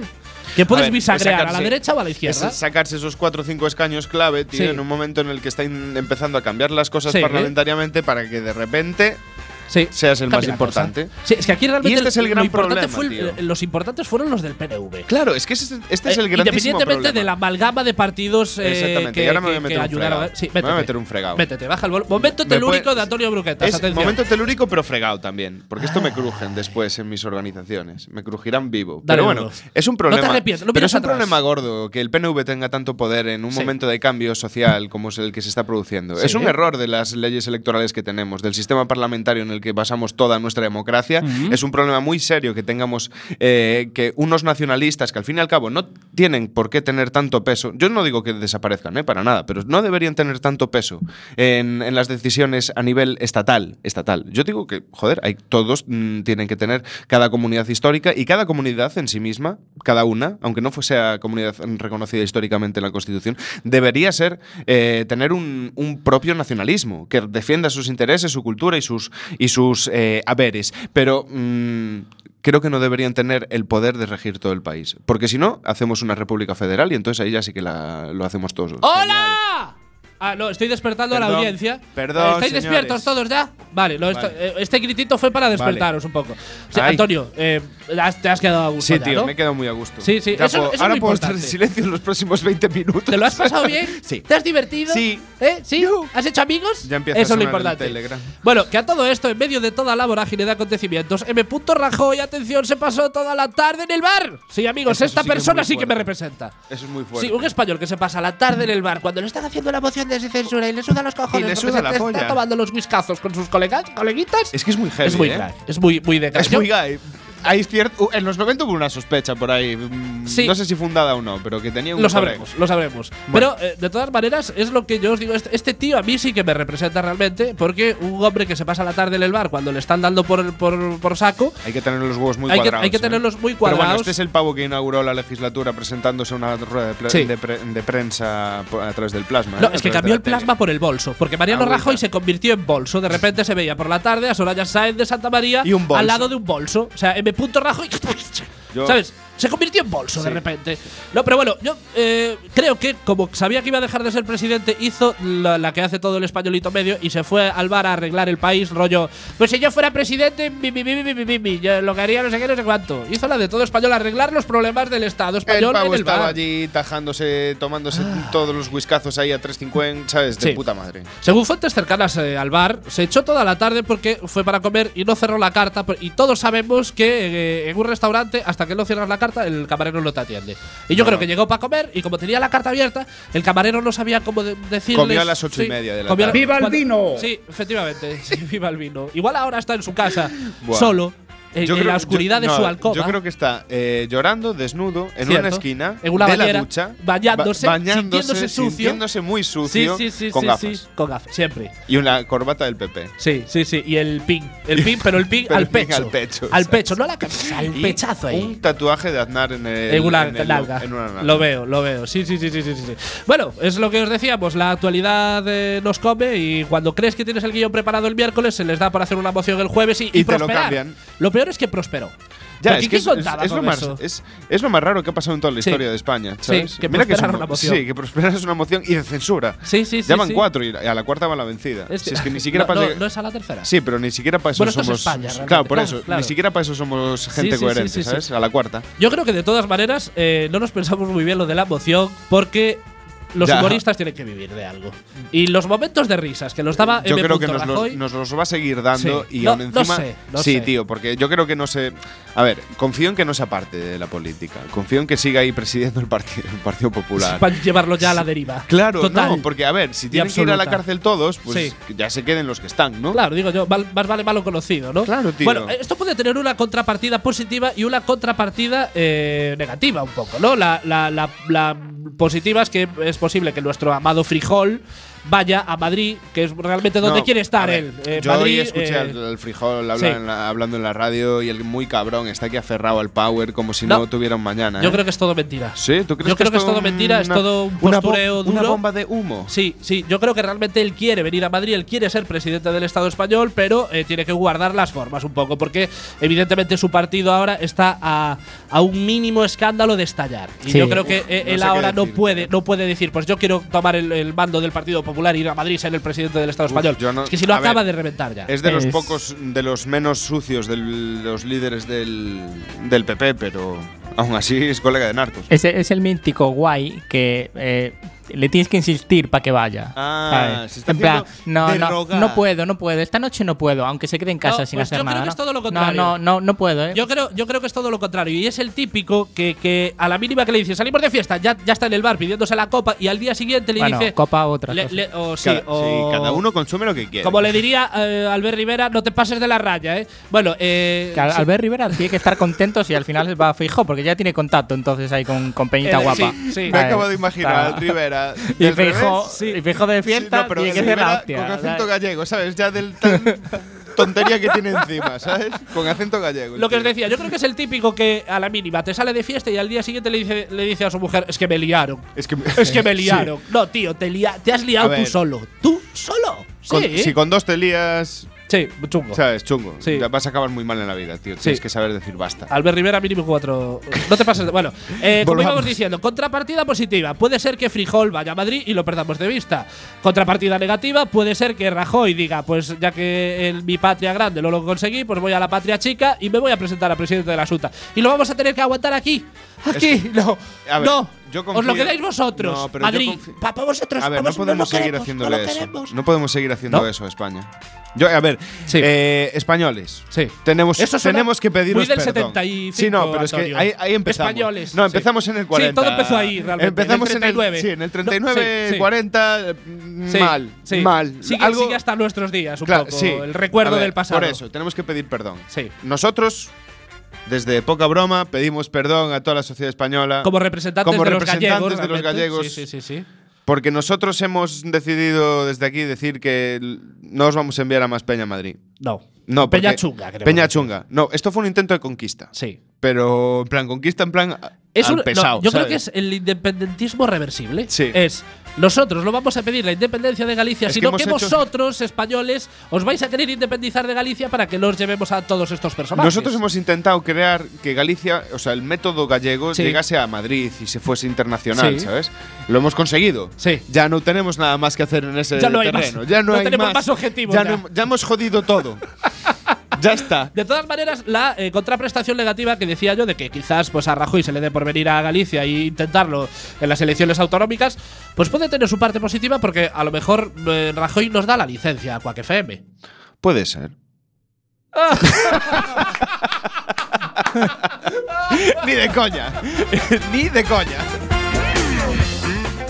Speaker 2: Que puedes
Speaker 1: A ver, es
Speaker 2: bisagrear a la
Speaker 1: sacarse-
Speaker 2: derecha o a la
Speaker 1: es
Speaker 2: izquierda.
Speaker 1: sacarse esos cuatro o cinco escaños clave, tío,
Speaker 2: Sí.
Speaker 1: en un momento en el que están empezando a cambiar las cosas
Speaker 2: Sí, ¿eh?
Speaker 1: parlamentariamente para que de repente
Speaker 2: Sí.
Speaker 1: seas el más
Speaker 2: Cambia la
Speaker 1: importante.
Speaker 2: cosa. Sí, es que aquí realmente
Speaker 1: Y este es el gran
Speaker 2: lo importante
Speaker 1: problema,
Speaker 2: fue el-
Speaker 1: tío.
Speaker 2: los importantes fueron los del PNV.
Speaker 1: Claro, es que ese- este es
Speaker 2: Eh,
Speaker 1: el grandísimo
Speaker 2: Independientemente
Speaker 1: problema.
Speaker 2: de la amalgama de partidos eh,
Speaker 1: Exactamente.
Speaker 2: que,
Speaker 1: y ahora me voy
Speaker 2: que-
Speaker 1: a
Speaker 2: que
Speaker 1: meter un
Speaker 2: ayudaron
Speaker 1: fregado.
Speaker 2: a- Sí,
Speaker 1: me voy a
Speaker 2: métete.
Speaker 1: meter un fregado.
Speaker 2: Métete, baja el vol- Momento
Speaker 1: Me
Speaker 2: telúrico
Speaker 1: puede-
Speaker 2: de Antonio Bruquetas.
Speaker 1: Es
Speaker 2: atención.
Speaker 1: momento telúrico, pero fregado también. Porque esto me crujen después en mis organizaciones. Me crujirán vivo.
Speaker 2: Dale
Speaker 1: pero bueno,
Speaker 2: duros.
Speaker 1: es un
Speaker 2: No te
Speaker 1: problema.
Speaker 2: arrepientas, no
Speaker 1: pero es
Speaker 2: mires
Speaker 1: un
Speaker 2: atrás.
Speaker 1: problema gordo que el PNV tenga tanto poder en un
Speaker 2: Sí.
Speaker 1: momento de cambio social como es el que se está produciendo.
Speaker 2: Sí.
Speaker 1: Es un error de las leyes electorales que tenemos, del sistema parlamentario en el que basamos toda nuestra democracia. Es un problema muy serio que tengamos eh, que unos nacionalistas que al fin y al cabo no tienen por qué tener tanto peso. Yo no digo que desaparezcan, eh, para nada, pero no deberían tener tanto peso en, en las decisiones a nivel estatal. estatal. Yo digo que, joder, hay, todos mm, tienen que tener cada comunidad histórica y cada comunidad en sí misma, cada una, aunque no fuese a comunidad reconocida históricamente en la Constitución, debería ser eh, tener un, un propio nacionalismo que defienda sus intereses, su cultura y sus, y sus eh, haberes. Pero mm, creo que no deberían tener el poder de regir todo el país. Porque si no, hacemos una república federal y entonces ahí ya sí que la- lo hacemos todos.
Speaker 2: Oh, ¡Hola! Ah, no, estoy despertando a la
Speaker 1: Perdón,
Speaker 2: audiencia.
Speaker 1: perdón,
Speaker 2: ¿Estáis
Speaker 1: señores.
Speaker 2: despiertos todos ya? Vale, lo esto-
Speaker 1: Vale.
Speaker 2: eh, este gritito fue para despertaros un poco. O sea,
Speaker 1: Ay.
Speaker 2: Antonio, eh, has- te has quedado a gusto.
Speaker 1: Sí,
Speaker 2: ya,
Speaker 1: tío,
Speaker 2: ¿no?
Speaker 1: me he quedado muy a gusto.
Speaker 2: Sí, sí,
Speaker 1: Ya
Speaker 2: eso-
Speaker 1: puedo-
Speaker 2: eso es
Speaker 1: ahora
Speaker 2: lo
Speaker 1: puedo estar en
Speaker 2: importante.
Speaker 1: silencio en los próximos 20 minutos.
Speaker 2: ¿Te lo has pasado bien?
Speaker 1: sí.
Speaker 2: ¿Te has divertido?
Speaker 1: Sí.
Speaker 2: ¿Eh? ¿Sí? ¿Has hecho amigos?
Speaker 1: Ya empieza
Speaker 2: Eso
Speaker 1: a
Speaker 2: es
Speaker 1: sonar
Speaker 2: lo
Speaker 1: el
Speaker 2: importante.
Speaker 1: Telegram.
Speaker 2: Bueno, que a todo esto, en medio de toda la vorágine de acontecimientos, M. Rajoy, atención, se pasó toda la tarde en el bar. Sí, amigos,
Speaker 1: Eso
Speaker 2: esta
Speaker 1: sí que es
Speaker 2: persona
Speaker 1: muy
Speaker 2: sí que me
Speaker 1: fuerte.
Speaker 2: representa.
Speaker 1: Eso es muy fuerte.
Speaker 2: Sí, un español que se pasa la tarde en el bar cuando le están haciendo la moción de censura y le suda los cojones
Speaker 1: Y le
Speaker 2: porque
Speaker 1: suda
Speaker 2: se
Speaker 1: la
Speaker 2: está
Speaker 1: polla.
Speaker 2: tomando los whiskazos con sus colega- coleguitas.
Speaker 1: Es que es muy heavy,
Speaker 2: Es muy
Speaker 1: ¿eh?
Speaker 2: guy, es muy, muy de
Speaker 1: Es
Speaker 2: Yo-
Speaker 1: muy gay. Hay cierto, en los 90 hubo una sospecha por ahí. mm,
Speaker 2: Sí.
Speaker 1: No sé si fundada o no, pero que tenía un.
Speaker 2: Lo
Speaker 1: colega.
Speaker 2: sabremos, lo sabremos.
Speaker 1: Bueno.
Speaker 2: Pero eh, de todas maneras, es lo que yo os digo. Este, este tío a mí sí que me representa realmente, porque un hombre que se pasa la tarde en el bar cuando le están dando por, el- por, por saco.
Speaker 1: Hay que tener los huevos muy
Speaker 2: Hay que-
Speaker 1: cuadrados.
Speaker 2: hay que
Speaker 1: ¿eh?
Speaker 2: tenerlos muy
Speaker 1: Pero bueno,
Speaker 2: cuadrados.
Speaker 1: este es el pavo que inauguró la legislatura presentándose a una rueda de, pla-
Speaker 2: Sí.
Speaker 1: de pre- de prensa por- a través del plasma.
Speaker 2: No,
Speaker 1: ¿eh? A
Speaker 2: es que
Speaker 1: través
Speaker 2: cambió
Speaker 1: de
Speaker 2: el
Speaker 1: la tele.
Speaker 2: plasma por el bolso, porque Mariano
Speaker 1: Ah, bueno.
Speaker 2: Rajoy se convirtió en bolso. De repente se veía por la tarde a Soraya Sáenz de Santa María
Speaker 1: Y un bolso.
Speaker 2: al lado de un bolso. O sea, M. Rajoy.
Speaker 1: Yo-
Speaker 2: ¿Sabes? Se convirtió en bolso de
Speaker 1: Sí.
Speaker 2: repente. No, pero bueno, yo eh, creo que como sabía que iba a dejar de ser presidente, hizo la, la que hace todo el españolito medio y se fue al bar a arreglar el país, rollo. Pues si yo fuera presidente, mi, mi, mi, mi, mi, mi, mi, yo lo que haría no sé qué, no sé cuánto. Hizo la de todo español, arreglar los problemas del Estado
Speaker 1: El
Speaker 2: español en
Speaker 1: pavo
Speaker 2: el
Speaker 1: estaba
Speaker 2: bar. Ah.
Speaker 1: allí tajándose, tomándose todos los whiskazos ahí a 3.50, ¿sabes? De
Speaker 2: Sí.
Speaker 1: puta madre.
Speaker 2: Según fuentes cercanas eh, al bar, se echó toda la tarde porque fue para comer y no cerró la carta. pero- Y todos sabemos que eh, en un restaurante, hasta que no cierras la carta, el camarero no te atiende. Y yo creo que llegó para comer y como tenía la carta abierta, el camarero no sabía cómo de- decirles…
Speaker 1: Comió a las ocho y media de la
Speaker 2: comió a-
Speaker 1: tarde.
Speaker 6: ¡Viva el
Speaker 2: cuando-
Speaker 6: vino!
Speaker 2: Sí, efectivamente. sí, viva el vino. Igual ahora está en su casa,
Speaker 1: Buah.
Speaker 2: solo, en,
Speaker 1: Yo
Speaker 2: en
Speaker 1: creo-
Speaker 2: la oscuridad
Speaker 1: yo-
Speaker 2: de su
Speaker 1: no,
Speaker 2: alcoba.
Speaker 1: Yo creo que está eh, llorando, desnudo, en
Speaker 2: Cierto.
Speaker 1: una esquina,
Speaker 2: En una
Speaker 1: de
Speaker 2: bañera,
Speaker 1: la ducha,
Speaker 2: bañándose,
Speaker 1: ba- bañándose,
Speaker 2: sintiéndose sucio.
Speaker 1: sintiéndose muy
Speaker 2: sí,
Speaker 1: sucio,
Speaker 2: sí, sí,
Speaker 1: con
Speaker 2: sí,
Speaker 1: gafas.
Speaker 2: sí, con gafas, siempre.
Speaker 1: Y una corbata del PP.
Speaker 2: Sí, sí, sí. Y el pin. El pin, pero el pin
Speaker 1: Pero
Speaker 2: al
Speaker 1: el pin
Speaker 2: pecho.
Speaker 1: al pecho,
Speaker 2: Al
Speaker 1: exacto.
Speaker 2: pecho, no a la cabeza, al
Speaker 1: Y
Speaker 2: pechazo ahí.
Speaker 1: Un tatuaje de Aznar en, el,
Speaker 2: en una
Speaker 1: en el-
Speaker 2: nalga.
Speaker 1: en una nalga.
Speaker 2: Lo veo, lo veo. Sí, sí, sí, sí, sí, sí, sí. Bueno, es lo que os decíamos. La actualidad eh, nos come y cuando crees que tienes el guión preparado el miércoles, se les da para hacer una moción el jueves y, y
Speaker 1: Y te lo
Speaker 2: prosperar.
Speaker 1: cambian.
Speaker 2: Lo peor es que prosperó.
Speaker 1: Ya,
Speaker 2: Porque
Speaker 1: es que
Speaker 2: ¿quién
Speaker 1: es,
Speaker 2: contaba
Speaker 1: es- es lo
Speaker 2: con
Speaker 1: más,
Speaker 2: eso?
Speaker 1: es, es lo más raro que ha pasado en toda la
Speaker 2: Sí.
Speaker 1: historia de España.
Speaker 2: Sí,
Speaker 1: ¿sabes?
Speaker 2: que
Speaker 1: es
Speaker 2: prosperara
Speaker 1: un-
Speaker 2: una moción.
Speaker 1: Sí, que prosperar es una moción y de censura.
Speaker 2: Sí, sí, sí,
Speaker 1: Llaman
Speaker 2: sí. Este
Speaker 1: cuatro y a la cuarta va la vencida. Si Es que, ni siquiera
Speaker 2: no,
Speaker 1: pasa
Speaker 2: no- no es a la tercera.
Speaker 1: Sí, pero ni siquiera para eso
Speaker 2: Bueno, esto es
Speaker 1: somos.
Speaker 2: España, realmente.
Speaker 1: claro, por
Speaker 2: Claro,
Speaker 1: eso.
Speaker 2: claro.
Speaker 1: Ni siquiera para eso somos gente
Speaker 2: sí, sí,
Speaker 1: coherente,
Speaker 2: sí, sí.
Speaker 1: ¿sabes? A la cuarta.
Speaker 2: Yo creo que de todas maneras eh, no nos pensamos muy bien lo de la moción porque los
Speaker 1: Ya.
Speaker 2: humoristas tienen que vivir de algo. Y los momentos de risas que nos daba
Speaker 1: Yo
Speaker 2: Ah, M.
Speaker 1: creo que nos,
Speaker 2: Rajoy,
Speaker 1: los, nos los va a seguir dando
Speaker 2: Sí.
Speaker 1: y
Speaker 2: No-
Speaker 1: aún
Speaker 2: no
Speaker 1: encima.
Speaker 2: sé, no
Speaker 1: sí,
Speaker 2: sé.
Speaker 1: tío, porque yo creo que no sé. A ver, confío en que no sea parte de la política. Confío en que siga ahí presidiendo el Partido, el partido Popular.
Speaker 2: para llevarlo ya a la deriva.
Speaker 1: Claro,
Speaker 2: Total.
Speaker 1: no, porque a ver, si tienen que ir a la
Speaker 2: absoluta.
Speaker 1: cárcel todos, pues
Speaker 2: Sí.
Speaker 1: que ya se queden los que están, ¿no?
Speaker 2: Claro, digo yo, val- más vale malo conocido, ¿no?
Speaker 1: Claro, tío.
Speaker 2: Bueno, eh, esto puede tener una contrapartida positiva y una contrapartida eh, negativa un poco, ¿no? La, la- la- la positiva es que es posible que nuestro amado Frijol vaya a Madrid, que es realmente donde
Speaker 1: No,
Speaker 2: quiere estar
Speaker 1: a ver,
Speaker 2: él. Eh,
Speaker 1: yo hoy
Speaker 2: Madrid,
Speaker 1: escuché
Speaker 2: eh,
Speaker 1: al, al frijol hablar
Speaker 2: sí.
Speaker 1: en la- hablando en la radio y el muy cabrón está aquí aferrado al power como si
Speaker 2: No.
Speaker 1: no, tuviera un mañana.
Speaker 2: Yo
Speaker 1: ¿eh?
Speaker 2: creo que es todo mentira.
Speaker 1: Sí, ¿tú crees
Speaker 2: Yo creo que es todo
Speaker 1: una-
Speaker 2: mentira, es todo un
Speaker 1: una bo-
Speaker 2: postureo
Speaker 1: Una
Speaker 2: duro.
Speaker 1: bomba de humo.
Speaker 2: Sí, sí, yo creo que realmente él quiere venir a Madrid, él quiere ser presidente del Estado español, pero eh, tiene que guardar las formas un poco, porque evidentemente su partido ahora está a, a un mínimo escándalo de estallar. Y
Speaker 3: Sí.
Speaker 2: yo creo que eh,
Speaker 1: no
Speaker 2: él
Speaker 1: sé qué
Speaker 2: ahora no
Speaker 1: decir.
Speaker 2: puede, no puede decir, pues yo quiero tomar el, el mando del Partido Popular ir a Madrid ser el presidente del Estado
Speaker 1: Uf,
Speaker 2: español.
Speaker 1: yo no-
Speaker 2: es que si lo
Speaker 1: a ver,
Speaker 2: acaba de reventar ya.
Speaker 1: Es de los
Speaker 3: Es-
Speaker 1: pocos, de los menos sucios de los líderes del, del PP, pero aún así es colega de narcos.
Speaker 3: Es, es el mítico guay que eh, le tienes que insistir para que vaya.
Speaker 1: Ah,
Speaker 3: ¿sabes?
Speaker 1: se está
Speaker 3: en plan,
Speaker 1: haciendo
Speaker 3: no,
Speaker 1: de
Speaker 3: no,
Speaker 1: rogar.
Speaker 3: no puedo, no puedo. Esta noche no puedo, aunque se quede en casa
Speaker 2: No,
Speaker 3: sin
Speaker 2: pues
Speaker 3: hacer
Speaker 2: yo creo
Speaker 3: nada.
Speaker 2: que es
Speaker 3: ¿no?
Speaker 2: todo lo
Speaker 3: No,
Speaker 2: contrario.
Speaker 3: No, no, no puedo, ¿eh?
Speaker 2: Yo creo, yo creo que es todo lo contrario. Y es el típico que, que a la mínima que le dice salimos de fiesta, ya, ya está en el bar pidiéndose la copa y al día siguiente le
Speaker 3: Bueno,
Speaker 2: dice.
Speaker 3: copa otra
Speaker 2: le-
Speaker 3: cosa.
Speaker 2: le- o sí,
Speaker 1: Cada, sí,
Speaker 2: o-
Speaker 1: cada uno consume lo que quiere.
Speaker 2: Como le diría eh, Albert Rivera, no te pases de la raya, ¿eh? Bueno, eh.
Speaker 3: Que Al-
Speaker 2: sí.
Speaker 3: Albert Rivera tiene que estar contento si al final va fijo, porque ya tiene contacto entonces ahí con, con Peñita
Speaker 2: Eh, sí,
Speaker 3: Guapa.
Speaker 2: sí. Me
Speaker 1: Me
Speaker 3: ¿Sabes?
Speaker 1: acabo de imaginar
Speaker 3: Claro.
Speaker 1: al Rivera.
Speaker 3: Y
Speaker 1: del
Speaker 3: fijo,
Speaker 1: revés.
Speaker 3: y fijo de fiesta,
Speaker 1: Sí, no, pero
Speaker 3: tiene que
Speaker 1: el
Speaker 3: ser la
Speaker 1: Rivera
Speaker 3: hostia.
Speaker 1: Con acento
Speaker 3: ¿sabes?
Speaker 1: gallego, ¿sabes? Ya del tan tontería que tiene encima, ¿sabes? Con acento gallego.
Speaker 2: Lo que os
Speaker 1: tío.
Speaker 2: decía, yo creo que es el típico que a la mínima te sale de fiesta y al día siguiente le dice, le dice a su mujer, es que me liaron.
Speaker 1: Es que,
Speaker 2: Es que me liaron. No, tío, te, lia- te has
Speaker 1: A
Speaker 2: liado tú
Speaker 1: ver.
Speaker 2: solo. ¿Tú solo? Sí.
Speaker 1: Con- Si con dos te lías,
Speaker 2: Sí, chungo.
Speaker 1: ¿sabes? Chungo.
Speaker 2: Sí.
Speaker 1: Ya Vas a acabar muy mal en la vida, tío. Tienes que saber decir basta.
Speaker 2: Albert Rivera, mínimo cuatro. No te pases de. Bueno, eh, como
Speaker 1: Volvamos.
Speaker 2: íbamos diciendo, contrapartida positiva. Puede ser que Frijol vaya a Madrid y lo perdamos de vista. Contrapartida negativa, puede ser que Rajoy diga: Pues ya que en mi patria grande no lo conseguí, pues voy a la patria chica y me voy a presentar a presidente de la Junta. Y lo vamos a tener que aguantar aquí. Aquí, no.
Speaker 1: A ver,
Speaker 2: no.
Speaker 1: yo
Speaker 2: Os lo
Speaker 1: confío-
Speaker 2: quedáis vosotros.
Speaker 1: No, pero yo
Speaker 2: Madrid.
Speaker 1: confío-
Speaker 2: Pa- pa' vosotros.
Speaker 1: A ver,
Speaker 2: pa'
Speaker 1: no
Speaker 2: vos-
Speaker 1: podemos
Speaker 2: lo
Speaker 1: seguir
Speaker 2: queremos,
Speaker 1: haciendo
Speaker 2: no lo
Speaker 1: eso.
Speaker 2: queremos.
Speaker 1: No podemos seguir haciendo
Speaker 2: ¿No?
Speaker 1: eso, España. Yo, a ver,
Speaker 2: Sí.
Speaker 1: eh, españoles.
Speaker 2: Sí.
Speaker 1: Tenemos,
Speaker 2: Eso suena
Speaker 1: tenemos que pedirnos
Speaker 2: muy del
Speaker 1: perdón.
Speaker 2: 75,
Speaker 1: Sí, no, pero es que
Speaker 2: Antonio.
Speaker 1: ahí, ahí empezamos.
Speaker 2: Españoles,
Speaker 1: No,
Speaker 2: sí.
Speaker 1: empezamos en el
Speaker 2: Sí,
Speaker 1: 40.
Speaker 2: todo empezó ahí, realmente, en el
Speaker 1: Empezamos
Speaker 2: 39.
Speaker 1: sí, en el
Speaker 2: No,
Speaker 1: 39,
Speaker 2: sí, sí.
Speaker 1: 40, eh,
Speaker 2: Sí,
Speaker 1: mal,
Speaker 2: sí.
Speaker 1: mal.
Speaker 2: Sigue,
Speaker 1: Algo-
Speaker 2: sigue hasta nuestros días un
Speaker 1: Claro,
Speaker 2: poco.
Speaker 1: sí.
Speaker 2: El
Speaker 1: A
Speaker 2: recuerdo
Speaker 1: ver,
Speaker 2: del pasado.
Speaker 1: Por eso, tenemos que pedir perdón.
Speaker 2: Sí.
Speaker 1: Nosotros, desde poca broma, pedimos perdón a toda la sociedad española.
Speaker 2: Como representantes,
Speaker 1: Ah. Como
Speaker 2: de,
Speaker 1: representantes
Speaker 2: los gallegos,
Speaker 1: de los
Speaker 2: realmente.
Speaker 1: gallegos.
Speaker 2: Sí, sí, sí. sí.
Speaker 1: Porque nosotros hemos decidido desde aquí decir que l- no os vamos a enviar a más Peña a Madrid.
Speaker 2: No.
Speaker 1: No, porque-
Speaker 2: Peña Chunga, creo.
Speaker 1: Peña Chunga. No, esto fue un intento de conquista.
Speaker 2: Sí.
Speaker 1: Pero en plan, conquista en plan. a-
Speaker 2: Es
Speaker 1: al
Speaker 2: un- no,
Speaker 1: pesado,
Speaker 2: yo creo
Speaker 1: ¿sabes?
Speaker 2: que es el independentismo reversible.
Speaker 1: Sí.
Speaker 2: Es. Nosotros no vamos a pedir la independencia de Galicia,
Speaker 1: Es que
Speaker 2: sino que,
Speaker 1: hemos hecho-
Speaker 2: vosotros, españoles, os vais a querer independizar de Galicia para que los llevemos a todos estos personajes.
Speaker 1: Nosotros hemos intentado crear que Galicia, o sea, el método gallego,
Speaker 2: Sí.
Speaker 1: llegase a Madrid y se fuese internacional,
Speaker 2: Sí.
Speaker 1: ¿sabes? Lo hemos conseguido.
Speaker 2: Sí.
Speaker 1: Ya no tenemos nada más que hacer en ese
Speaker 2: Ya no hay
Speaker 1: terreno.
Speaker 2: más.
Speaker 1: Ya no,
Speaker 2: No
Speaker 1: hay
Speaker 2: tenemos
Speaker 1: más.
Speaker 2: más objetivos ya.
Speaker 1: no- ya hemos jodido todo. ya está.
Speaker 2: De todas maneras, la eh, contraprestación negativa que decía yo de que quizás pues a Rajoy se le dé por venir a Galicia e intentarlo en las elecciones autonómicas, pues puede tener su parte positiva porque a lo mejor eh, Rajoy nos da la licencia a Quack FM.
Speaker 1: Puede ser. Ni de coña. Ni de coña.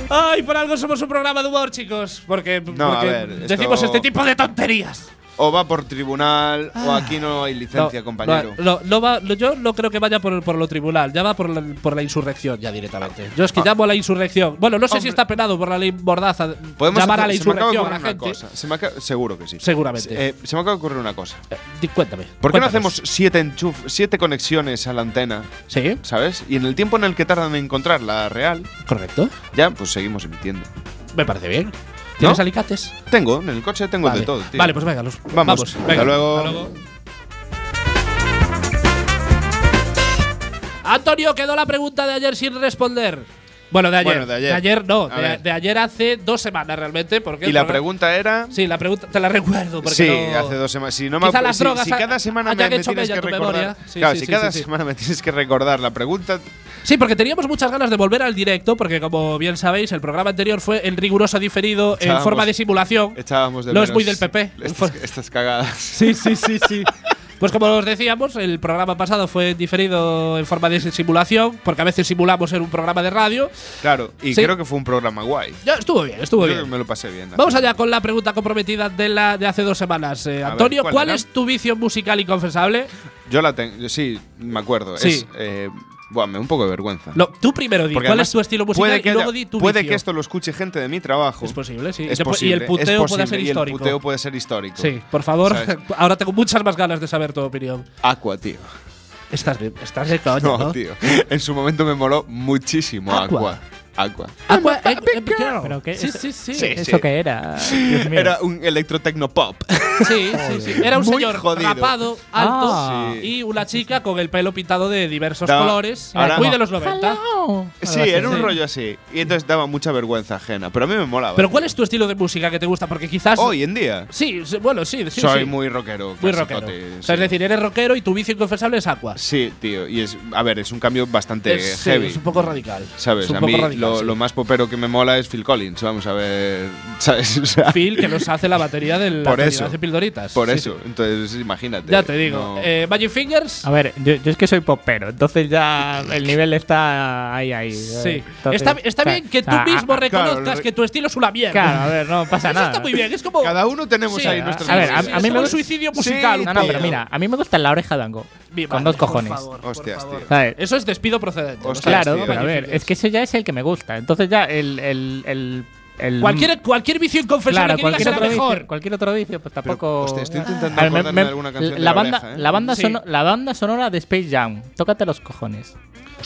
Speaker 2: Ay, por algo somos un programa de humor, chicos, porque,
Speaker 1: No, a
Speaker 2: porque
Speaker 1: ver, esto-
Speaker 2: decimos este tipo de tonterías.
Speaker 1: O va por tribunal, o aquí no hay licencia,
Speaker 2: Ah. no,
Speaker 1: compañero.
Speaker 2: No, no va, no, yo no creo que vaya por, por lo tribunal, ya va por la, por la insurrección ya directamente. Yo es que llamo a la insurrección. Bueno, no sé si
Speaker 1: Ah. Hombre.
Speaker 2: está penado por la ley Mordaza
Speaker 1: Podemos
Speaker 2: llamar
Speaker 1: hacer-
Speaker 2: a la
Speaker 1: se me acaba de
Speaker 2: insurrección a la
Speaker 1: ocurrir
Speaker 2: gente.
Speaker 1: una cosa. Se me acaba- seguro que sí.
Speaker 2: Seguramente.
Speaker 1: Eh, se me acaba de ocurrir una cosa.
Speaker 2: Eh, di- cuéntame.
Speaker 1: ¿Por qué no
Speaker 2: cuéntanos.
Speaker 1: hacemos siete, enchuf- siete conexiones a la antena,
Speaker 2: Sí,
Speaker 1: sabes? Y en el tiempo en el que tardan en encontrar la real,
Speaker 2: correcto.
Speaker 1: ya pues seguimos emitiendo.
Speaker 2: Me parece bien. ¿Tienes
Speaker 1: ¿No?
Speaker 2: alicates?
Speaker 1: Tengo, en el coche tengo
Speaker 2: vale.
Speaker 1: de todo, tío.
Speaker 2: Vale, pues venga, los,
Speaker 1: Vamos,
Speaker 2: vamos.
Speaker 1: hasta
Speaker 2: venga.
Speaker 1: luego.
Speaker 2: Antonio, quedó la pregunta de ayer sin responder. Bueno, de ayer.
Speaker 1: Bueno, de ayer.
Speaker 2: no,
Speaker 1: A
Speaker 2: de,
Speaker 1: ver.
Speaker 2: de ayer hace dos semanas realmente. Porque
Speaker 1: Y
Speaker 2: el
Speaker 1: la
Speaker 2: programa-
Speaker 1: pregunta era…
Speaker 2: Sí, la pregunta te la recuerdo. Porque
Speaker 1: Sí,
Speaker 2: no-
Speaker 1: hace dos semanas. Si no me
Speaker 2: Quizá
Speaker 1: acu-
Speaker 2: las
Speaker 1: si-
Speaker 2: drogas
Speaker 1: si
Speaker 2: ha-
Speaker 1: cada semana me,
Speaker 2: hayan
Speaker 1: me
Speaker 2: hecho
Speaker 1: tienes
Speaker 2: mella
Speaker 1: que
Speaker 2: tu
Speaker 1: recordar.
Speaker 2: memoria. Sí,
Speaker 1: claro,
Speaker 2: sí,
Speaker 1: si
Speaker 2: sí,
Speaker 1: cada
Speaker 2: sí, sí.
Speaker 1: semana me tienes que recordar la pregunta.
Speaker 2: Sí, porque teníamos muchas ganas de volver al directo, porque como bien sabéis, el programa anterior fue en riguroso diferido, en
Speaker 1: Echábamos-
Speaker 2: forma de simulación.
Speaker 1: Estábamos de
Speaker 2: No es
Speaker 1: menos
Speaker 2: muy del PP.
Speaker 1: Estas, estas cagadas.
Speaker 2: Sí, sí, sí, sí. Pues como os decíamos, el programa pasado fue diferido en forma de simulación, porque a veces simulamos en un programa de radio.
Speaker 1: Claro, y
Speaker 2: Sí.
Speaker 1: creo que fue un programa guay.
Speaker 2: Ya estuvo bien, estuvo
Speaker 1: Yo
Speaker 2: bien.
Speaker 1: creo que me lo pasé bien.
Speaker 2: Vamos allá con la pregunta comprometida de la de hace dos semanas.
Speaker 1: A
Speaker 2: Eh,
Speaker 1: ver,
Speaker 2: Antonio, ¿cuál,
Speaker 1: ¿cuál era?
Speaker 2: es tu vicio musical inconfesable?
Speaker 1: Yo la tengo. Sí, me acuerdo.
Speaker 2: Sí.
Speaker 1: Es, eh, buah, me da un poco de vergüenza.
Speaker 2: No, tú primero di,
Speaker 1: Porque
Speaker 2: ¿cuál
Speaker 1: además
Speaker 2: es tu estilo musical?
Speaker 1: puede que
Speaker 2: y luego
Speaker 1: haya-
Speaker 2: di tu
Speaker 1: Puede
Speaker 2: vicio.
Speaker 1: que esto lo escuche gente de mi trabajo.
Speaker 2: es posible, sí.
Speaker 1: Es
Speaker 2: y, te pu- y
Speaker 1: posible,
Speaker 2: el puteo
Speaker 1: es
Speaker 2: puede
Speaker 1: posible,
Speaker 2: ser
Speaker 1: y
Speaker 2: histórico.
Speaker 1: el puteo puede ser histórico.
Speaker 2: Sí, por favor.
Speaker 1: ¿Sabes?
Speaker 2: Ahora tengo muchas más ganas de saber tu opinión.
Speaker 1: Aqua, tío.
Speaker 2: Estás de, estás de coña,
Speaker 1: No,
Speaker 2: ¿no?
Speaker 1: tío. En su momento me moló muchísimo
Speaker 2: Aqua.
Speaker 1: Aqua. Aqua.
Speaker 2: Aqua- Ah, eh, eh, girl.
Speaker 3: Pero que
Speaker 2: sí,
Speaker 3: es-
Speaker 2: sí, sí.
Speaker 1: Sí.
Speaker 3: ¿Eso que era? Dios mío.
Speaker 1: Era un electrotecnopop.
Speaker 2: Sí, sí, sí. Era un
Speaker 1: Muy
Speaker 2: señor
Speaker 1: jodido.
Speaker 2: rapado, alto
Speaker 3: Ah.
Speaker 1: Sí.
Speaker 2: y una chica con el pelo pintado de diversos
Speaker 1: Daba-
Speaker 2: colores.
Speaker 1: ahora-
Speaker 2: muy de los 90.
Speaker 3: Hello.
Speaker 1: Sí,
Speaker 3: Algo así.
Speaker 1: era un
Speaker 2: sí.
Speaker 1: rollo así. Y entonces daba mucha vergüenza ajena. Pero a mí me molaba.
Speaker 2: Pero ¿cuál es tu estilo de música que te gusta? Porque quizás.
Speaker 1: Hoy en día.
Speaker 2: Sí, sí, bueno, sí. sí
Speaker 1: soy
Speaker 2: sí.
Speaker 1: muy rockero.
Speaker 2: Muy
Speaker 1: clasicote,
Speaker 2: rockero.
Speaker 1: sí.
Speaker 2: O sea, es decir, eres rockero y tu vicio inconfesable es Aqua.
Speaker 1: Sí, tío. Y es. A ver, es un cambio bastante
Speaker 2: es, sí,
Speaker 1: heavy.
Speaker 2: es un poco radical.
Speaker 1: ¿Sabes?
Speaker 2: Es un
Speaker 1: a
Speaker 2: poco
Speaker 1: mí
Speaker 2: radical,
Speaker 1: lo,
Speaker 2: sí.
Speaker 1: lo más popero que me mola es Phil Collins. Vamos a ver. ¿Sabes? O sea,
Speaker 2: Phil que nos hace la batería de la
Speaker 1: Por
Speaker 2: Trinidad
Speaker 1: eso.
Speaker 2: de Pildoritas.
Speaker 1: por
Speaker 2: Sí,
Speaker 1: eso. Entonces, imagínate.
Speaker 2: sí. Ya te digo.
Speaker 1: no-
Speaker 2: Eh, Magic Fingers.
Speaker 3: A ver, yo, yo es que soy popero, entonces ya el nivel está ahí, ahí.
Speaker 2: Sí.
Speaker 3: eh, Entonces,
Speaker 2: está está bien que tú
Speaker 3: ah,
Speaker 2: mismo
Speaker 3: ah,
Speaker 2: reconozcas
Speaker 1: claro, re-
Speaker 2: que tu estilo es una mierda.
Speaker 3: Claro, a ver, no pasa
Speaker 2: Eso
Speaker 3: nada.
Speaker 2: está muy bien. Es como.
Speaker 1: Cada uno tenemos
Speaker 2: Sí,
Speaker 1: ahí
Speaker 2: a-
Speaker 1: nuestros.
Speaker 3: a ver, a-
Speaker 1: gustos.
Speaker 3: a mí
Speaker 2: es como
Speaker 3: me
Speaker 2: el
Speaker 3: gusta-
Speaker 2: suicidio
Speaker 1: Sí,
Speaker 2: musical. un
Speaker 3: No, no,
Speaker 2: poco.
Speaker 3: pero mira, a mí me gusta la oreja dango.
Speaker 2: Mi madre,
Speaker 3: Con dos cojones.
Speaker 2: Por favor, por
Speaker 1: Hostias,
Speaker 2: favor.
Speaker 1: tío.
Speaker 3: ¿Sabes?
Speaker 2: Eso es despido procedente.
Speaker 1: Hostias,
Speaker 2: ¿no?
Speaker 3: Claro,
Speaker 1: tío.
Speaker 3: pero a ver,
Speaker 2: Magnificent.
Speaker 3: es que eso ya es el que me gusta. Entonces ya el. el, el, el-
Speaker 2: Cualquier, cualquier vicio inconfesable
Speaker 3: claro,
Speaker 2: que digas
Speaker 3: cualquier
Speaker 2: será
Speaker 3: otro
Speaker 2: mejor.
Speaker 3: vicio, cualquier otro vicio, pues
Speaker 1: Pero,
Speaker 3: tampoco.
Speaker 1: hostia, estoy intentando
Speaker 3: A ver, me-
Speaker 1: acordarme
Speaker 3: me-
Speaker 1: de alguna canción. de
Speaker 3: la, banda,
Speaker 1: oreja, ¿eh?
Speaker 3: la, banda
Speaker 2: Sí.
Speaker 3: sono- la banda sonora de Space Jam. Tócate los cojones.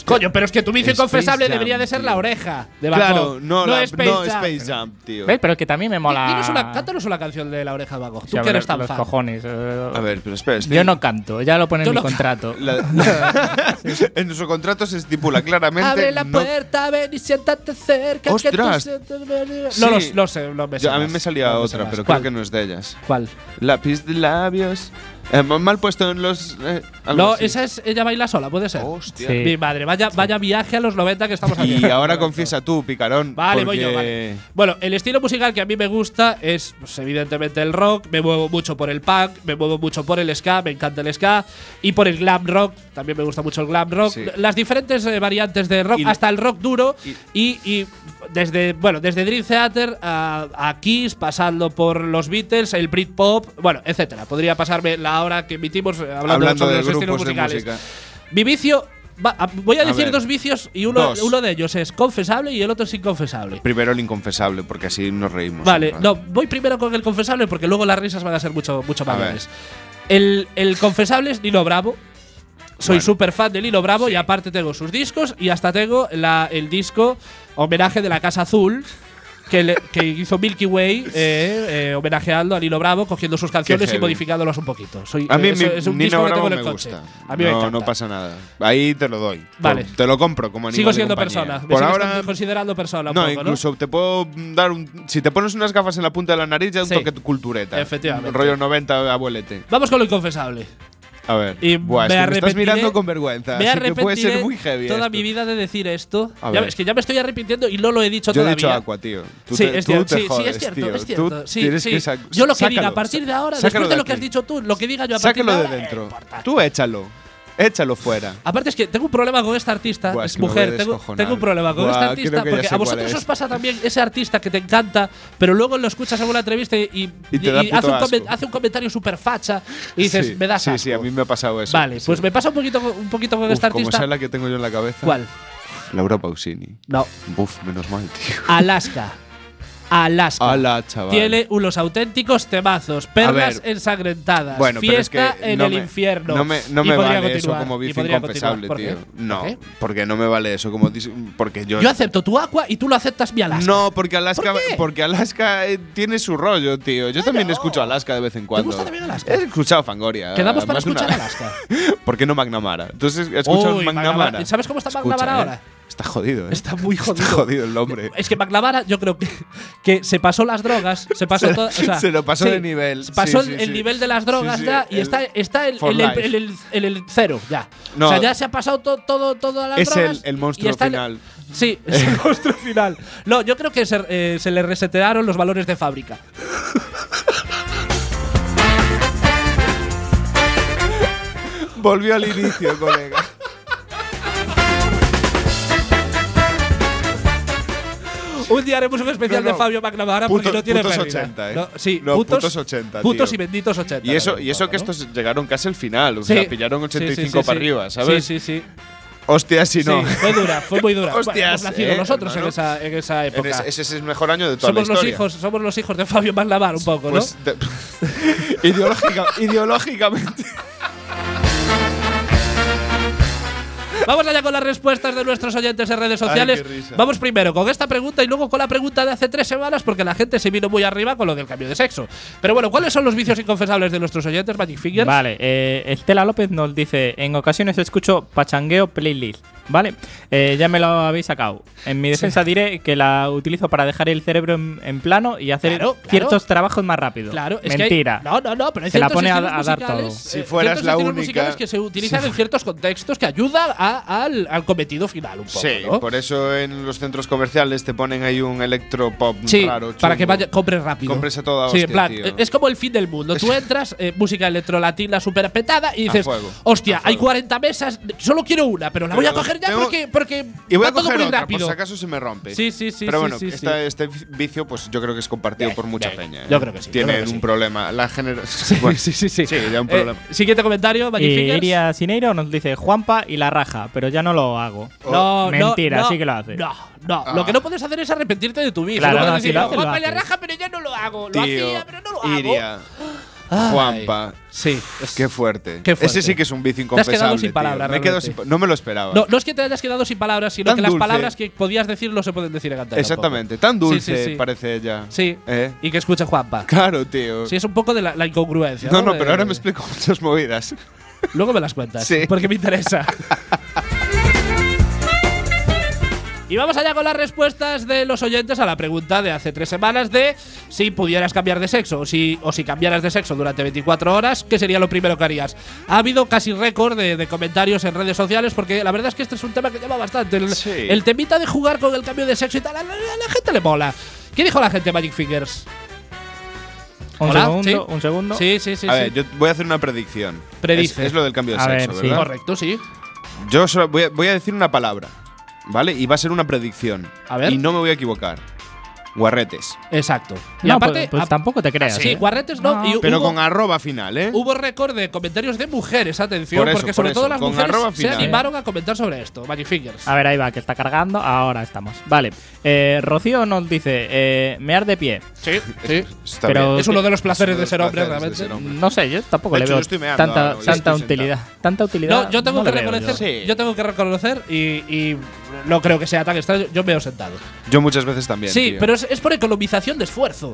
Speaker 2: Coño, pero es que tu vicio
Speaker 1: Space
Speaker 2: inconfesable
Speaker 1: Jam,
Speaker 2: debería de ser
Speaker 1: tío.
Speaker 2: la oreja. De Van
Speaker 1: Claro,
Speaker 2: Gogh.
Speaker 1: no, la- no
Speaker 2: Space Jam.
Speaker 1: Jam, tío.
Speaker 3: ¿Ves? Pero que también me mola.
Speaker 2: Dinos una, cántanos una canción de la oreja de Van Gogh.
Speaker 3: O
Speaker 2: Tú
Speaker 3: sea,
Speaker 2: que eres
Speaker 3: los-
Speaker 2: tan
Speaker 3: los
Speaker 2: fan.
Speaker 3: cojones. eh,
Speaker 1: A ver, pero espera. estoy-
Speaker 3: Yo no canto, ya lo pone
Speaker 2: Yo
Speaker 3: en mi
Speaker 2: no canto.
Speaker 3: contrato.
Speaker 1: La- en nuestro contrato se estipula claramente.
Speaker 2: Abre la
Speaker 1: no-
Speaker 2: puerta, ven y siéntate cerca.
Speaker 1: Ostras.
Speaker 2: Que tú sientes-
Speaker 1: Sí.
Speaker 2: No, los- no sé, no me sé
Speaker 1: Yo- a mí
Speaker 2: más.
Speaker 1: me salía
Speaker 2: No sé
Speaker 1: otra,
Speaker 2: más.
Speaker 1: pero
Speaker 2: ¿Cuál?
Speaker 1: creo que no es de ellas.
Speaker 2: ¿Cuál?
Speaker 1: Lápiz de labios. eh, ma- mal puesto en los. eh, algo
Speaker 2: No,
Speaker 1: así.
Speaker 2: esa es Ella baila sola, puede ser.
Speaker 1: Hostia.
Speaker 3: Sí.
Speaker 2: Mi madre, vaya, vaya viaje a los 90 que estamos
Speaker 1: Y
Speaker 2: haciendo.
Speaker 1: ahora confiesa tú, picarón.
Speaker 2: Vale, voy yo,
Speaker 1: porque-
Speaker 2: vale. Bueno, el estilo musical que a mí me gusta es, pues, evidentemente, el rock. Me muevo mucho por el punk, me muevo mucho por el ska, me encanta el ska. Y por el glam rock, también me gusta mucho el glam rock.
Speaker 1: Sí.
Speaker 2: Las diferentes eh, variantes de rock,
Speaker 1: Y-
Speaker 2: hasta el rock duro.
Speaker 1: y-
Speaker 2: Y, y desde, bueno, desde Dream Theater a, a Kiss, pasando por los Beatles, el Britpop, bueno, etcétera. Podría pasarme la hora que emitimos eh, hablando,
Speaker 1: Hablando
Speaker 2: sobre
Speaker 1: de
Speaker 2: los estilos
Speaker 1: grupos de
Speaker 2: musicales.
Speaker 1: música.
Speaker 2: Mi vicio. va- a- voy a
Speaker 1: A
Speaker 2: decir
Speaker 1: ver.
Speaker 2: dos vicios y uno,
Speaker 1: Dos.
Speaker 2: uno de ellos es confesable y el otro es inconfesable.
Speaker 1: Primero el inconfesable, porque así nos reímos.
Speaker 2: Vale,
Speaker 1: un rato.
Speaker 2: no, voy primero con el confesable porque luego las risas van a ser mucho, mucho
Speaker 1: A ver.
Speaker 2: mayores. El, el confesable es Lilo Bravo. Soy
Speaker 1: Bueno.
Speaker 2: súper fan de Lilo Bravo y aparte tengo sus discos y hasta tengo la- el disco homenaje de la Casa Azul. Que, le- que hizo Milky Way eh, eh, homenajeando a Lilo Bravo, cogiendo sus canciones y
Speaker 1: heavy.
Speaker 2: modificándolas un poquito. Soy,
Speaker 1: A mí
Speaker 2: eh, es,
Speaker 1: mi-
Speaker 2: es un
Speaker 1: Nino
Speaker 2: disco que
Speaker 1: Bravo
Speaker 2: tengo en el
Speaker 1: me
Speaker 2: coche.
Speaker 1: gusta.
Speaker 2: A mí me
Speaker 1: no,
Speaker 2: encanta.
Speaker 1: no pasa nada. Ahí te lo doy.
Speaker 2: Vale.
Speaker 1: Por- te lo compro como animal
Speaker 2: Sigo
Speaker 1: de
Speaker 2: siendo
Speaker 1: compañía.
Speaker 2: persona. Me
Speaker 1: Por
Speaker 2: sigues
Speaker 1: ahora.
Speaker 2: considerando persona. un
Speaker 1: No,
Speaker 2: poco,
Speaker 1: incluso te puedo dar un. Si te pones unas gafas en la punta de la nariz, ya un
Speaker 2: Sí.
Speaker 1: toque cultureta.
Speaker 2: Efectivamente.
Speaker 1: Rollo 90, abuelete.
Speaker 2: Vamos con lo inconfesable.
Speaker 1: A ver.
Speaker 2: Y
Speaker 1: Buah, es
Speaker 2: me
Speaker 1: que me estás
Speaker 2: arrepentiré-
Speaker 1: mirando con vergüenza.
Speaker 2: Me
Speaker 1: así que puede ser
Speaker 2: arrepentiré
Speaker 1: muy heavy.
Speaker 2: toda
Speaker 1: esto.
Speaker 2: mi vida de decir esto.
Speaker 1: A
Speaker 2: Ya,
Speaker 1: ver.
Speaker 2: es que ya me estoy arrepintiendo y no lo he dicho
Speaker 1: Yo he
Speaker 2: todavía.
Speaker 1: dicho agua, tío. Tú
Speaker 2: sí,
Speaker 1: te-
Speaker 2: es
Speaker 1: tú
Speaker 2: cierto,
Speaker 1: te
Speaker 2: sí, sí,
Speaker 1: jodes,
Speaker 2: es
Speaker 1: tío.
Speaker 2: cierto, es
Speaker 1: Tú
Speaker 2: cierto. Sí,
Speaker 1: tienes
Speaker 2: sí.
Speaker 1: que sac-
Speaker 2: Yo lo que
Speaker 1: sácalo,
Speaker 2: diga a partir de ahora,
Speaker 1: sácalo
Speaker 2: después de lo que has
Speaker 1: aquí.
Speaker 2: dicho tú, lo que diga yo a partir
Speaker 1: Sácalo
Speaker 2: de
Speaker 1: de
Speaker 2: ahora. eh,
Speaker 1: dentro.
Speaker 2: importa.
Speaker 1: Tú échalo. Échalo fuera.
Speaker 2: Aparte es que tengo un problema con esta artista,
Speaker 1: Buah,
Speaker 2: es
Speaker 1: es que me voy
Speaker 2: mujer,
Speaker 1: a
Speaker 2: tengo,
Speaker 1: descojonar.
Speaker 2: tengo un problema con
Speaker 1: Buah,
Speaker 2: esta
Speaker 1: creo
Speaker 2: artista,
Speaker 1: que ya
Speaker 2: porque
Speaker 1: sé
Speaker 2: a
Speaker 1: cuál
Speaker 2: vosotros
Speaker 1: es.
Speaker 2: os pasa también ese artista que te encanta, pero luego lo escuchas en una entrevista y,
Speaker 1: Y te da puto
Speaker 2: hace, un
Speaker 1: asco.
Speaker 2: comen- hace un comentario súper facha y dices,
Speaker 1: Sí,
Speaker 2: me das
Speaker 1: Sí,
Speaker 2: asco.
Speaker 1: sí, a mí me ha pasado eso.
Speaker 2: Vale,
Speaker 1: Sí.
Speaker 2: pues me pasa un poquito, con- un poquito con
Speaker 1: Uf,
Speaker 2: esta
Speaker 1: Como sea
Speaker 2: artista.
Speaker 1: la que tengo yo en la cabeza.
Speaker 2: ¿Cuál?
Speaker 1: Laura Pausini.
Speaker 2: No,
Speaker 1: Buf, menos mal, tío.
Speaker 2: Alaska. Alaska.
Speaker 1: Ala, chaval.
Speaker 2: Tiene unos auténticos temazos, perlas
Speaker 1: A ver.
Speaker 2: ensangrentadas,
Speaker 1: Bueno, pero es que
Speaker 2: fiesta en
Speaker 1: no
Speaker 2: el
Speaker 1: me-
Speaker 2: infierno.
Speaker 1: No me, no
Speaker 2: Y
Speaker 1: me
Speaker 2: podría
Speaker 1: vale eso
Speaker 2: continuar,
Speaker 1: como
Speaker 2: y
Speaker 1: vicio
Speaker 2: podría
Speaker 1: inconfesable,
Speaker 2: continuar.
Speaker 1: tío.
Speaker 2: ¿Por qué?
Speaker 1: No,
Speaker 2: ¿Por qué?
Speaker 1: porque no me vale eso como dis- porque yo
Speaker 2: Yo acepto tu agua y tú lo aceptas mi Alaska.
Speaker 1: No, porque Alaska
Speaker 2: ¿Por qué?
Speaker 1: porque Alaska eh, tiene su rollo, tío. Yo también escucho Alaska de vez en cuando.
Speaker 2: gusta también Alaska?
Speaker 1: He escuchado Fangoria.
Speaker 2: Quedamos para
Speaker 1: eh, más de una
Speaker 2: escuchar
Speaker 1: vez.
Speaker 2: Alaska.
Speaker 1: ¿Por qué no McNamara? Entonces he escuchado
Speaker 2: Uy,
Speaker 1: McNamara.
Speaker 2: McNamara. ¿Sabes cómo está
Speaker 1: Escucha,
Speaker 2: McNamara
Speaker 1: eh,
Speaker 2: ahora?
Speaker 1: Está jodido, eh.
Speaker 2: Está muy jodido.
Speaker 1: Está jodido el hombre.
Speaker 2: Es que McNamara, yo creo que, que se pasó las drogas, se pasó
Speaker 1: Se-
Speaker 2: todo. o sea,
Speaker 1: se lo pasó de nivel,
Speaker 2: Pasó
Speaker 1: sí,
Speaker 2: el,
Speaker 1: sí,
Speaker 2: el
Speaker 1: sí.
Speaker 2: nivel de las drogas
Speaker 1: Sí, sí,
Speaker 2: ya y
Speaker 1: el-
Speaker 2: está, está el,
Speaker 1: for
Speaker 2: el, el,
Speaker 1: life.
Speaker 2: el- el- el cero ya.
Speaker 1: No.
Speaker 2: O sea, ya se ha pasado todo, todo, todas las
Speaker 1: Es
Speaker 2: drogas.
Speaker 1: el- el
Speaker 2: y
Speaker 1: monstruo
Speaker 2: está
Speaker 1: final.
Speaker 2: sí, es el monstruo final. No, yo creo que se, eh, se le resetearon los valores de fábrica.
Speaker 1: Volvió al inicio, colega.
Speaker 2: Un día haremos un especial
Speaker 1: No, no.
Speaker 2: de Fabio McNamara
Speaker 1: Puto-
Speaker 2: porque no tiene
Speaker 1: putos
Speaker 2: pérdida.
Speaker 1: 80, eh.
Speaker 2: No, sí,
Speaker 1: No,
Speaker 2: putos,
Speaker 1: putos 80,
Speaker 2: Putos
Speaker 1: tío.
Speaker 2: y benditos 80.
Speaker 1: Y eso,
Speaker 2: la
Speaker 1: y eso que
Speaker 2: verdad, ¿no?
Speaker 1: estos llegaron casi al final, o
Speaker 2: Sí.
Speaker 1: sea, pillaron 85
Speaker 2: Sí, sí,
Speaker 1: para
Speaker 2: sí, sí.
Speaker 1: arriba, ¿sabes?
Speaker 2: Sí, sí, sí.
Speaker 1: Hostia, si no.
Speaker 2: Sí, fue dura, fue muy dura.
Speaker 1: Hostias,
Speaker 2: Bueno, hemos nacido
Speaker 1: eh,
Speaker 2: nosotros en
Speaker 1: hermano.
Speaker 2: esa, en esa época.
Speaker 1: Eres- ese es el mejor año de toda
Speaker 2: somos
Speaker 1: la
Speaker 2: los
Speaker 1: historia.
Speaker 2: hijos, somos los hijos de Fabio Maglamar un poco,
Speaker 1: Pues,
Speaker 2: ¿no?
Speaker 1: de- ideológica- ideológicamente.
Speaker 2: Vamos allá con las respuestas de nuestros oyentes en redes sociales.
Speaker 1: Ay, qué risa.
Speaker 2: Vamos primero con esta pregunta y luego con la pregunta de hace tres semanas, porque la gente se vino muy arriba con lo del cambio de sexo. Pero bueno, ¿cuáles son los vicios inconfesables de nuestros oyentes, Magic Fingers?
Speaker 3: Vale, eh, Estela López nos dice: En ocasiones escucho pachangueo playlist. Vale, eh, ya me lo habéis sacado. En mi defensa diré que la utilizo para dejar el cerebro en, en plano y hacer
Speaker 2: Claro, claro.
Speaker 3: ciertos trabajos más rápido.
Speaker 2: Claro, es que hay-
Speaker 3: Mentira.
Speaker 2: no, no, no, pero hay
Speaker 3: Se la
Speaker 2: ciertos
Speaker 3: pone a-
Speaker 2: estilos
Speaker 3: a dar
Speaker 2: musicales,
Speaker 3: todo.
Speaker 1: Si
Speaker 2: eh,
Speaker 1: fueras
Speaker 2: ciertos
Speaker 1: la
Speaker 2: estilos
Speaker 1: única-
Speaker 2: musicales que se utilizan en ciertos contextos que ayudan a- al, al cometido final un poco.
Speaker 1: Sí,
Speaker 2: ¿no?
Speaker 1: por eso en los centros comerciales te ponen ahí un electropop
Speaker 2: Sí,
Speaker 1: raro. chungo.
Speaker 2: para que vaya, compres rápido.
Speaker 1: Compres a toda
Speaker 2: Sí,
Speaker 1: hostia,
Speaker 2: en plan,
Speaker 1: tío.
Speaker 2: eh, es como el fin del mundo. Tú entras, eh, música electrolatina súper petada
Speaker 1: A
Speaker 2: y dices,
Speaker 1: fuego,
Speaker 2: hostia,
Speaker 1: a
Speaker 2: hay
Speaker 1: fuego.
Speaker 2: 40 mesas, solo quiero una, pero la voy a
Speaker 1: Pero
Speaker 2: coger ya
Speaker 1: tengo-
Speaker 2: porque, porque
Speaker 1: Y voy
Speaker 2: va
Speaker 1: a coger
Speaker 2: todo muy
Speaker 1: otra,
Speaker 2: rápido.
Speaker 1: por si acaso se me rompe.
Speaker 2: Sí, sí, sí,
Speaker 1: Pero
Speaker 2: sí,
Speaker 1: bueno,
Speaker 2: sí,
Speaker 1: esta-
Speaker 2: sí.
Speaker 1: este vicio, pues yo creo que es compartido por mucha
Speaker 2: venga,
Speaker 1: peña. ¿eh?
Speaker 2: yo creo que sí, yo
Speaker 1: Tienen
Speaker 2: creo que
Speaker 1: un
Speaker 2: sí.
Speaker 1: problema. La generación. sí, sí, sí. Sí, ya un
Speaker 2: Eh,
Speaker 1: problema.
Speaker 2: siguiente comentario,
Speaker 3: Y
Speaker 2: Magnificers.
Speaker 3: Iria Sineiro nos dice Juanpa y la raja, pero ya no lo hago.
Speaker 2: No, Oh, no,
Speaker 3: Mentira,
Speaker 2: no,
Speaker 3: sí que lo hace.
Speaker 2: No, no.
Speaker 1: Ah.
Speaker 2: Lo que no puedes hacer es arrepentirte de tu vida.
Speaker 3: Claro,
Speaker 2: no puedes
Speaker 3: no,
Speaker 2: decir,
Speaker 3: si lo hace, lo
Speaker 2: "Juanpa, la
Speaker 3: hace".
Speaker 2: raja, pero ya no lo hago. Lo
Speaker 1: Tío,
Speaker 2: hacía, pero no lo hago.
Speaker 1: Iria,
Speaker 2: Ay,
Speaker 1: Juanpa.
Speaker 2: Sí.
Speaker 1: Qué fuerte.
Speaker 2: Qué fuerte.
Speaker 1: Ese sí que es un vicio
Speaker 2: Te has quedado
Speaker 1: incompensable.
Speaker 2: sin
Speaker 1: tío.
Speaker 2: palabras,
Speaker 1: Me quedo
Speaker 2: realmente.
Speaker 1: sin pa- no me lo esperaba.
Speaker 2: No, no es que te hayas quedado sin palabras, sino
Speaker 1: Tan
Speaker 2: que las
Speaker 1: dulce.
Speaker 2: palabras que podías decir no se pueden decir en cantante.
Speaker 1: Exactamente. Tan dulce
Speaker 2: Sí, sí, sí.
Speaker 1: parece ella.
Speaker 2: Sí.
Speaker 1: ¿Eh?
Speaker 2: Y que escuche Juanpa.
Speaker 1: Claro, tío.
Speaker 2: Sí, es un poco de la, la incongruencia.
Speaker 1: no, no, pero ahora
Speaker 2: Eh,
Speaker 1: me explico muchas movidas.
Speaker 2: Luego me las cuentas,
Speaker 1: Sí.
Speaker 2: porque me interesa. Y vamos allá con las respuestas de los oyentes a la pregunta de hace tres semanas de si pudieras cambiar de sexo o si, o si cambiaras de sexo durante 24 horas, ¿qué sería lo primero que harías? Ha habido casi récord de, de comentarios en redes sociales porque la verdad es que este es un tema que llama bastante. El,
Speaker 1: Sí.
Speaker 2: el temita de jugar con el cambio de sexo y tal, a la, a la gente le mola. ¿Qué dijo la gente, Magic Fingers?
Speaker 3: Un
Speaker 2: Hola,
Speaker 3: segundo,
Speaker 2: sí.
Speaker 3: un segundo.
Speaker 2: Sí, sí, sí.
Speaker 1: a
Speaker 2: sí.
Speaker 1: ver, yo voy a hacer una predicción.
Speaker 2: Predice.
Speaker 1: Es, es lo del cambio de
Speaker 3: A
Speaker 1: sexo,
Speaker 3: ver, sí.
Speaker 1: ¿verdad?
Speaker 2: Correcto, sí.
Speaker 1: Yo solo voy a, voy a decir una palabra, ¿vale? Y va a ser una predicción.
Speaker 2: A ver.
Speaker 1: Y no me voy a equivocar. Guarretes.
Speaker 2: Exacto. Y
Speaker 3: No,
Speaker 2: aparte,
Speaker 3: pues, pues
Speaker 2: a- tampoco
Speaker 3: tampoco te creas.
Speaker 2: Sí,
Speaker 3: ¿eh?
Speaker 2: guarretes no. y
Speaker 1: Pero
Speaker 2: hubo,
Speaker 1: con arroba final, ¿eh?
Speaker 2: hubo récord de comentarios de mujeres, atención,
Speaker 1: Por eso,
Speaker 2: porque
Speaker 1: por
Speaker 2: sobre
Speaker 1: eso,
Speaker 2: todo las
Speaker 1: con
Speaker 2: mujeres
Speaker 1: arroba
Speaker 2: se
Speaker 1: final. ¿eh?
Speaker 2: animaron a comentar sobre esto. Magic Fingers.
Speaker 3: A ver, ahí va, que está cargando. Ahora estamos. Vale. Eh, Rocío nos dice eh, mear de pie.
Speaker 2: Sí, sí.
Speaker 1: Está
Speaker 3: pero-
Speaker 1: bien.
Speaker 2: Es uno de los placeres
Speaker 1: Es uno
Speaker 2: de ser
Speaker 1: los
Speaker 2: hombre,
Speaker 1: placeres de
Speaker 2: realmente.
Speaker 1: ser hombre.
Speaker 3: No sé, yo tampoco
Speaker 1: De
Speaker 3: le
Speaker 1: hecho,
Speaker 3: veo
Speaker 1: yo estoy meando
Speaker 3: tanta,
Speaker 1: ahora, yo
Speaker 3: tanta
Speaker 1: estoy
Speaker 3: utilidad. Tanta utilidad.
Speaker 2: No, yo tengo
Speaker 3: no
Speaker 2: que
Speaker 3: le veo
Speaker 2: reconocer,
Speaker 1: yo. Sí.
Speaker 2: yo tengo que reconocer y, y no creo que sea tan extraño. Yo me he sentado.
Speaker 1: Yo muchas veces también.
Speaker 2: sí,
Speaker 1: tío.
Speaker 2: pero es, es por economización de esfuerzo.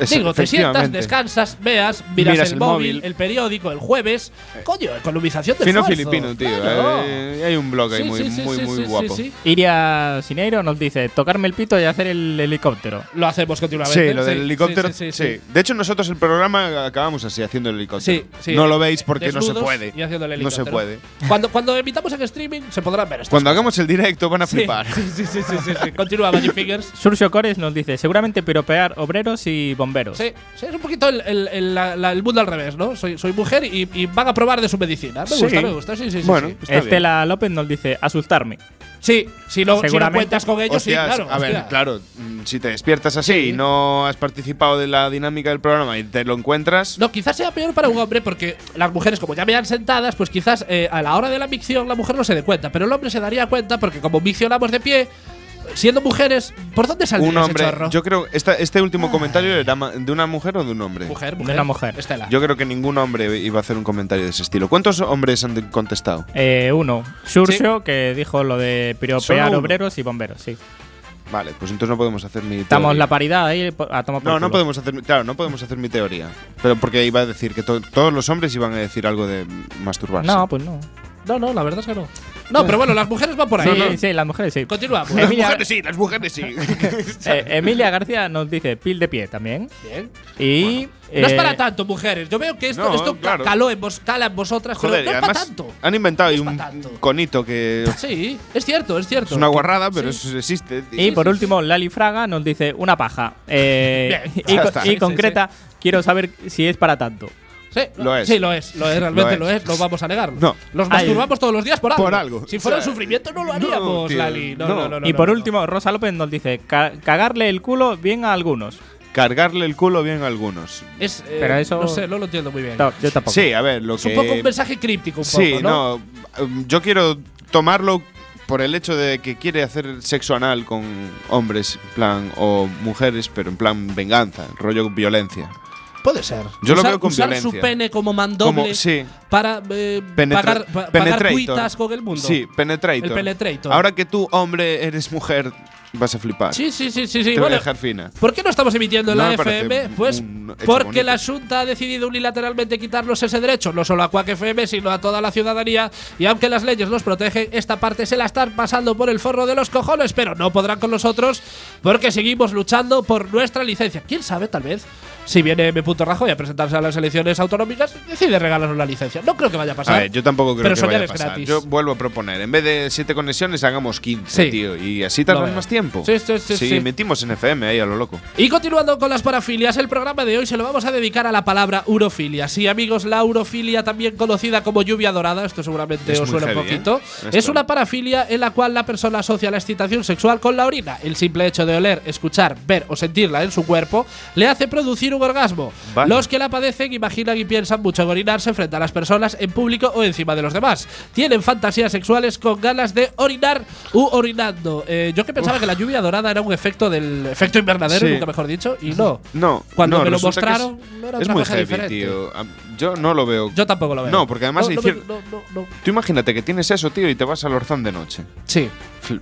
Speaker 1: Es-
Speaker 2: Digo, te sientas,
Speaker 1: efectivamente.
Speaker 2: descansas, veas, miras, el, móvil, el periódico, el jueves. Coño, economización de
Speaker 1: Eh. Fino
Speaker 2: esfuerzo.
Speaker 1: filipino, tío.
Speaker 2: Claro.
Speaker 1: eh, hay un blog ahí
Speaker 2: Sí,
Speaker 1: muy,
Speaker 2: sí, sí,
Speaker 1: muy,
Speaker 2: sí,
Speaker 1: muy
Speaker 2: sí,
Speaker 1: guapo.
Speaker 2: sí, sí.
Speaker 3: Iria Sineiro nos dice tocarme el pito y hacer el helicóptero.
Speaker 2: Lo hacemos continuamente.
Speaker 1: Sí, lo del helicóptero. Sí,
Speaker 2: sí, sí, sí.
Speaker 1: De hecho, nosotros el programa acabamos así, haciendo el helicóptero.
Speaker 2: Sí, sí.
Speaker 1: No lo veis porque no se
Speaker 2: Desnudos
Speaker 1: puede.
Speaker 2: y haciéndole
Speaker 1: no se
Speaker 2: helicóptero.
Speaker 1: puede.
Speaker 2: Cuando, cuando emitamos en streaming se podrán ver. estas
Speaker 1: Cuando
Speaker 2: cosas.
Speaker 1: hagamos el directo van a
Speaker 2: Sí,
Speaker 1: flipar.
Speaker 2: Sí, sí, sí, sí, sí, sí. Continúa, Magic Fingers.
Speaker 3: Surcio Cores nos dice seguramente piropear obreros y bomberos.
Speaker 2: Sí, sí, es un poquito el, el- el- la- la- el mundo al revés, ¿no? Soy, soy mujer y, y van a probar de su medicina. Me
Speaker 1: Sí.
Speaker 2: gusta, me gusta. Sí, sí, sí.
Speaker 1: Bueno,
Speaker 2: sí.
Speaker 1: está bien.
Speaker 3: Estela López nos dice asustarme.
Speaker 2: Sí, si no, si no
Speaker 3: Seguramente-
Speaker 2: cuentas con ellos,
Speaker 1: Hostias,
Speaker 2: sí, claro.
Speaker 1: a ver,
Speaker 2: hostia.
Speaker 1: claro, mm, si te despiertas así y no has participado de la dinámica del programa y te lo encuentras,
Speaker 2: No, quizás sea peor para un hombre porque las mujeres, como ya vean sentadas, pues quizás eh, a la hora de la micción la mujer no se dé cuenta, pero el hombre se daría cuenta porque como miccionamos de pie, siendo mujeres, ¿por dónde saldría
Speaker 1: un
Speaker 2: ese
Speaker 1: hombre.
Speaker 2: chorro? Ah.
Speaker 1: Yo creo esta- este último comentario era ma- de una mujer o de un hombre.
Speaker 2: mujer,
Speaker 3: de
Speaker 2: mujer.
Speaker 3: una mujer.
Speaker 2: Estela.
Speaker 1: Yo creo que ningún hombre iba a hacer un comentario de ese estilo. ¿Cuántos hombres han de- contestado?
Speaker 3: Eh, uno, Surcio, que dijo lo de
Speaker 1: Solo
Speaker 3: piropear
Speaker 1: uno.
Speaker 3: obreros y bomberos, sí.
Speaker 1: Vale, pues entonces no podemos hacer mi
Speaker 3: Estamos
Speaker 1: teoría.
Speaker 3: la paridad ahí po- a tomar por
Speaker 1: No, no
Speaker 3: culo.
Speaker 1: podemos hacer, mi- claro, no podemos hacer mi teoría. Pero porque iba a decir que to- todos los hombres iban a decir algo de masturbarse.
Speaker 3: No, pues no.
Speaker 2: No, no, la verdad es que no. No, pero bueno, las mujeres van por ahí.
Speaker 3: Sí, sí, las mujeres sí.
Speaker 2: Continuamos.
Speaker 1: las
Speaker 3: Emilia-
Speaker 1: mujeres sí, las mujeres sí.
Speaker 3: Eh, Emilia García nos dice pil de pie también.
Speaker 2: Bien.
Speaker 3: Y.
Speaker 2: No es
Speaker 3: eh,
Speaker 2: para tanto, mujeres. Yo veo que esto,
Speaker 1: no,
Speaker 2: esto ca-
Speaker 1: claro.
Speaker 2: caló en vos, cala en vosotras,
Speaker 1: Joder, y
Speaker 2: pero no es para
Speaker 1: además
Speaker 2: tanto.
Speaker 1: han inventado ahí
Speaker 2: No es
Speaker 1: un
Speaker 2: pa' tanto.
Speaker 1: conito que
Speaker 2: Sí, es cierto, es cierto.
Speaker 1: es una guarrada, pero
Speaker 2: Sí.
Speaker 1: eso existe. tío.
Speaker 3: Y por último, Lali Fraga nos dice una paja. Eh,
Speaker 2: Bien,
Speaker 3: y
Speaker 1: ya
Speaker 3: co-
Speaker 1: está.
Speaker 3: y
Speaker 1: Sí, sí,
Speaker 3: concreta, quiero saber si es para tanto.
Speaker 2: Sí,
Speaker 1: Lo
Speaker 2: no-
Speaker 1: es.
Speaker 2: Sí, lo es. Lo es, realmente
Speaker 1: Lo
Speaker 2: lo es.
Speaker 1: es.
Speaker 2: No vamos a negarlo.
Speaker 1: No.
Speaker 2: Los
Speaker 3: Ay.
Speaker 2: masturbamos todos los días por algo.
Speaker 1: Por algo.
Speaker 2: Si fuera
Speaker 1: O
Speaker 2: un
Speaker 1: sea,
Speaker 2: sufrimiento, no
Speaker 1: no,
Speaker 2: lo haríamos,
Speaker 1: tío,
Speaker 2: Lali. No,
Speaker 1: no.
Speaker 2: no, no, no,
Speaker 3: y por
Speaker 2: no.
Speaker 3: último, Rosa López nos dice ca- cagarle el culo bien a algunos.
Speaker 1: Cargarle el culo bien a algunos.
Speaker 2: Es, eh,
Speaker 3: Pero eso-
Speaker 2: No sé, no lo entiendo muy bien.
Speaker 3: No, yo tampoco.
Speaker 1: Sí, a ver, lo
Speaker 2: Es
Speaker 1: que
Speaker 2: un poco un mensaje críptico, un
Speaker 1: Sí,
Speaker 2: poco, ¿no?
Speaker 1: um, yo quiero tomarlo por el hecho de que quiere hacer sexo anal con hombres, en plan, o mujeres, pero en plan venganza, rollo violencia.
Speaker 2: Puede ser.
Speaker 1: Yo lo
Speaker 2: Usar-
Speaker 1: veo con
Speaker 2: usar su
Speaker 1: violencia.
Speaker 2: pene como mandoble
Speaker 1: Como- sí.
Speaker 2: para eh,
Speaker 1: Penetra-
Speaker 2: pagar, pa- pagar
Speaker 1: penetrator.
Speaker 2: cuitas con el mundo.
Speaker 1: Sí, penetrator.
Speaker 2: El penetrator.
Speaker 1: Ahora que tú, hombre, eres mujer, vas a flipar.
Speaker 2: Sí, sí, sí, sí. sí.
Speaker 1: Te voy a
Speaker 2: Bueno,
Speaker 1: dejar fina.
Speaker 2: ¿Por qué no estamos emitiendo en
Speaker 1: No
Speaker 2: la
Speaker 1: me parece
Speaker 2: FM?
Speaker 1: un-
Speaker 2: Pues
Speaker 1: un hecho
Speaker 2: porque
Speaker 1: bonito.
Speaker 2: la Junta ha decidido unilateralmente quitarnos ese derecho, no solo a Quack FM, sino a toda la ciudadanía. Y aunque las leyes nos protegen, esta parte se la están pasando por el forro de los cojones, pero no podrán con nosotros porque seguimos luchando por nuestra licencia. ¿Quién sabe, tal vez? Si viene M. Rajoy a presentarse a las elecciones autonómicas, decide regalarnos la licencia. No creo que vaya a pasar.
Speaker 1: A ver, yo tampoco creo
Speaker 2: pero
Speaker 1: que
Speaker 2: soñar
Speaker 1: vaya a
Speaker 2: es
Speaker 1: pasar.
Speaker 2: gratis.
Speaker 1: Yo vuelvo a proponer, en vez de siete conexiones hagamos 15,
Speaker 2: Sí.
Speaker 1: tío, y así tardan
Speaker 2: veo.
Speaker 1: más tiempo.
Speaker 2: Sí, sí, sí, sí.
Speaker 1: metimos en FM ahí a lo loco.
Speaker 2: Y continuando con las parafilias, el programa de hoy se lo vamos a dedicar a la palabra urofilia. Sí, amigos, la urofilia, también conocida como lluvia dorada, esto seguramente
Speaker 1: Es
Speaker 2: os
Speaker 1: muy
Speaker 2: suena un
Speaker 1: heavy, ¿eh?
Speaker 2: poquito,
Speaker 1: Esto.
Speaker 2: es una parafilia en la cual la persona asocia la excitación sexual con la orina. El simple hecho de oler, escuchar, ver o sentirla en su cuerpo le hace producir un orgasmo.
Speaker 1: Vaya.
Speaker 2: Los que la padecen imaginan y piensan mucho en orinarse frente a las personas en público o encima de los demás. Tienen fantasías sexuales con ganas de orinar u orinando. Eh, yo que pensaba que la lluvia dorada era un efecto del efecto invernadero invernadero,
Speaker 1: Sí.
Speaker 2: nunca mejor dicho, y no.
Speaker 1: No,
Speaker 2: Cuando
Speaker 1: no,
Speaker 2: me lo
Speaker 1: resulta que es-
Speaker 2: mostraron, no era
Speaker 1: es
Speaker 2: otra
Speaker 1: muy
Speaker 2: cosa
Speaker 1: heavy,
Speaker 2: diferente.
Speaker 1: tío. Am- Yo no lo veo.
Speaker 2: Yo tampoco lo veo.
Speaker 1: No, porque además
Speaker 2: no,
Speaker 1: hay cier-
Speaker 2: no, me- no, no, no.
Speaker 1: Tú imagínate que tienes eso, tío, y te vas al Orzán de noche.
Speaker 2: Sí,
Speaker 1: Fl-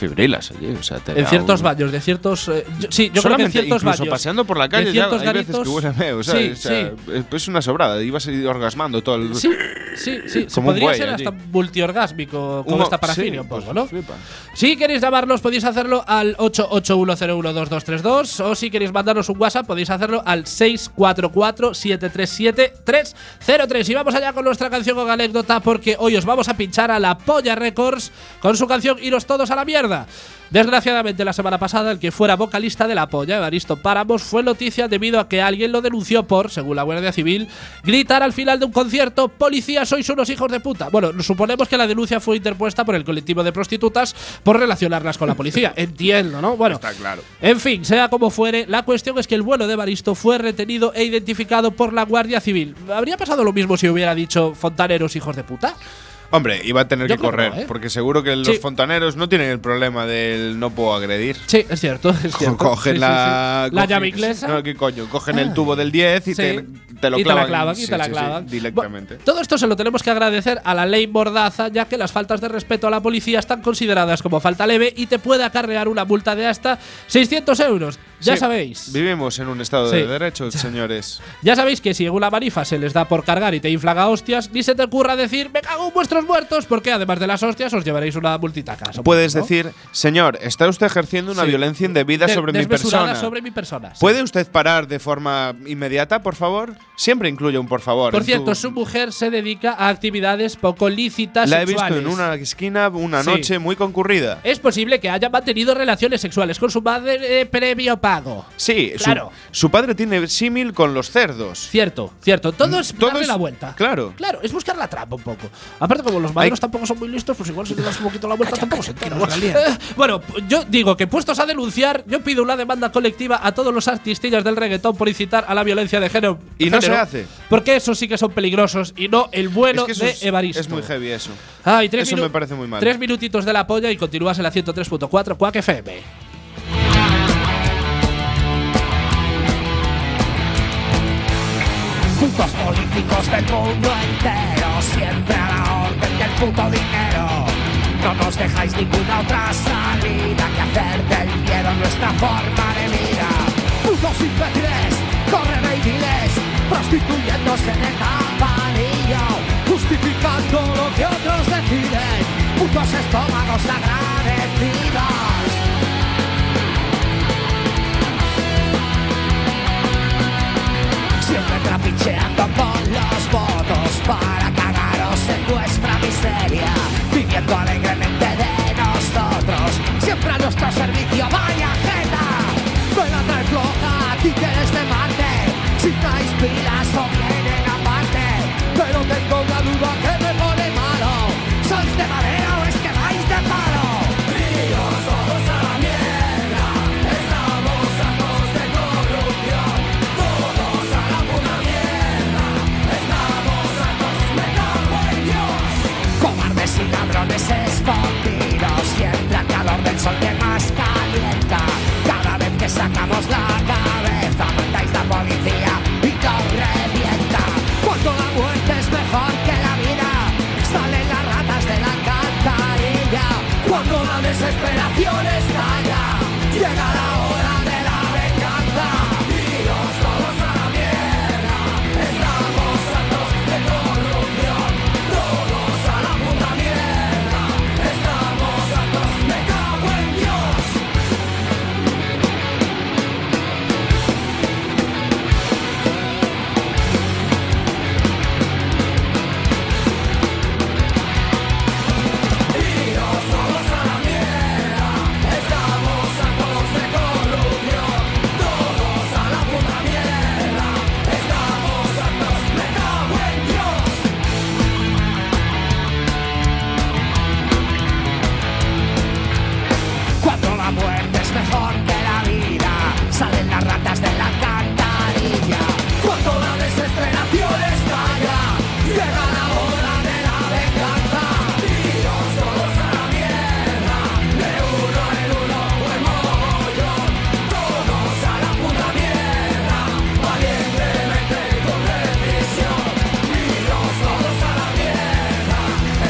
Speaker 1: Fibrilas, oye, o sea, te
Speaker 2: en
Speaker 1: da
Speaker 2: ciertos
Speaker 1: un-
Speaker 2: baños, de ciertos. eh, yo- sí, yo creo que en
Speaker 1: Solamente,
Speaker 2: ciertos
Speaker 1: incluso
Speaker 2: baños.
Speaker 1: paseando por la calle
Speaker 2: de
Speaker 1: ya hay
Speaker 2: ciertos
Speaker 1: veces que
Speaker 2: garitos-
Speaker 1: huele a meo,
Speaker 2: sí,
Speaker 1: ¿sabes? O sea,
Speaker 2: sí.
Speaker 1: es- es una sobrada, ibas a ir orgasmando todo el
Speaker 2: Sí, sí, sí. Se
Speaker 1: Como un
Speaker 2: podría
Speaker 1: buey
Speaker 2: ser
Speaker 1: allí.
Speaker 2: hasta multiorgásmico con
Speaker 1: Uno-
Speaker 2: esta parafilia
Speaker 1: sí,
Speaker 2: un poco,
Speaker 1: pues
Speaker 2: ¿no?
Speaker 1: flipa.
Speaker 2: Si queréis llamarnos, podéis hacerlo al 881012232 o si queréis mandarnos un WhatsApp, podéis hacerlo al 644-737-303. Y vamos allá con nuestra canción con anécdota porque hoy os vamos a pinchar a la Polla Records con su canción Iros todos a la mierda. Desgraciadamente la semana pasada el que fuera vocalista de la polla, Evaristo Páramos, fue noticia debido a que alguien lo denunció por, según la Guardia Civil, gritar al final de un concierto, policía, sois unos hijos de puta. Bueno, suponemos que la denuncia fue interpuesta por el colectivo de prostitutas por relacionarlas con la policía. Entiendo, ¿no? Bueno.
Speaker 1: Está claro.
Speaker 2: En fin, sea como fuere, la cuestión es que el vuelo de Evaristo fue retenido e identificado por la Guardia Civil. ¿Habría pasado lo mismo si hubiera dicho fontaneros, hijos de puta?
Speaker 1: Hombre, iba a tener
Speaker 2: Yo
Speaker 1: que
Speaker 2: creo que
Speaker 1: correr,
Speaker 2: no, ¿eh?
Speaker 1: porque seguro que los
Speaker 2: Sí.
Speaker 1: fontaneros no tienen el problema del no puedo agredir.
Speaker 2: Sí, es cierto. es cierto.
Speaker 1: Cogen
Speaker 2: Sí, sí,
Speaker 1: la.
Speaker 2: sí. La
Speaker 1: cogen-
Speaker 2: llave inglesa. Ah,
Speaker 1: No, ¿qué coño? Cogen el tubo del 10 y
Speaker 2: Sí.
Speaker 1: te, te lo
Speaker 2: Y
Speaker 1: clavan.
Speaker 2: la clavan, y
Speaker 1: Sí,
Speaker 2: te la
Speaker 1: sí, sí,
Speaker 2: clavan.
Speaker 1: directamente.
Speaker 2: Bueno, todo esto se lo tenemos que agradecer a la ley Mordaza, ya que las faltas de respeto a la policía están consideradas como falta leve y te puede acarrear una multa de hasta 600 euros. Ya
Speaker 1: Sí,
Speaker 2: sabéis.
Speaker 1: Vivimos en un estado
Speaker 2: Sí.
Speaker 1: de derechos, señores.
Speaker 2: Ya sabéis que si en una marifa se les da por cargar y te inflan a hostias, ni se te ocurra decir, me cago en vuestros muertos, porque además de las hostias os llevaréis una multita a casa.
Speaker 1: Puedes
Speaker 2: ¿no?
Speaker 1: decir, señor, está usted ejerciendo una
Speaker 2: Sí.
Speaker 1: violencia indebida
Speaker 2: De-
Speaker 1: sobre mi
Speaker 2: desmesurada
Speaker 1: persona.
Speaker 2: sobre mi persona. sí.
Speaker 1: ¿Puede usted parar de forma inmediata, por favor? Siempre incluye un por favor.
Speaker 2: Por
Speaker 1: en
Speaker 2: cierto,
Speaker 1: tu-
Speaker 2: su mujer se dedica a actividades poco lícitas
Speaker 1: La he visto
Speaker 2: sexuales.
Speaker 1: en una esquina una
Speaker 2: Sí.
Speaker 1: noche muy concurrida.
Speaker 2: Es posible que haya mantenido relaciones sexuales con su madre eh, previo pago.
Speaker 1: Sí, su-
Speaker 2: Claro.
Speaker 1: su, padre tiene símil con los cerdos.
Speaker 2: Cierto, cierto. Todo es
Speaker 1: Mm, Todo
Speaker 2: darle
Speaker 1: es-
Speaker 2: la vuelta.
Speaker 1: claro.
Speaker 2: Claro, es buscar la trampa un poco. Aparte, como los maderos tampoco son muy listos, pues igual si le das un poquito la vuelta tampoco se enteran. Eh, bueno, p- yo digo que puestos a denunciar, yo pido una demanda colectiva a todos los artistillas del reggaetón por incitar a la violencia de género.
Speaker 1: Y no se
Speaker 2: género,
Speaker 1: hace.
Speaker 2: Porque esos sí que son peligrosos y no el bueno
Speaker 1: es que eso
Speaker 2: de
Speaker 1: es-
Speaker 2: Evaristo.
Speaker 1: es muy heavy eso.
Speaker 2: Ay, tres
Speaker 1: Eso
Speaker 2: minu-
Speaker 1: me parece muy mal.
Speaker 2: Tres minutitos de la polla y continúas en la 103.4 Quack FM.
Speaker 6: Putos políticos del mundo entero, siempre a la orden del puto dinero. No nos dejáis ninguna otra salida que hacer del miedo nuestra forma de vida. Putos imbéciles, corren a diles, prostituyéndose en el campanillo, justificando lo que otros deciden. Putos estómagos agradecidos. Siempre trapicheando con los votos para cagaros en nuestra miseria, viviendo alegremente de nosotros, siempre a nuestro servicio, vaya jeta. Me la trae floja, a ti que eres de Marte, si traes pilas o vienen aparte, pero tengo una duda que me pone malo, ¿sois de madera o es que vais de palo? Ríos todos a la mierda, estamos sacos de corrupción. Todos a la puta mierda, estamos a dos, me cago en Dios. Cobardes y cabrones escoceses desesperación estalla. Llega la hora de la venganza. Y nos vamos a la mierda. Estamos hartos de corrupción. Todos a la puta mierda. Estamos hartos, me cago en Dios. Cuando la muerte es mejor que la vida, salen las ratas de la cantarilla. Cuando la desesperación estalla, llega la hora de la venganza. Tiros todos a la mierda, de uno en uno buen mogollón. Todos a la puta mierda, valientemente y con decisión. Tiros todos a la mierda,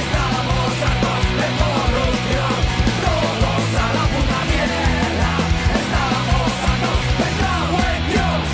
Speaker 6: estamos hartos de corrupción. Todos a la puta mierda, estamos sanos, me cago en Dios.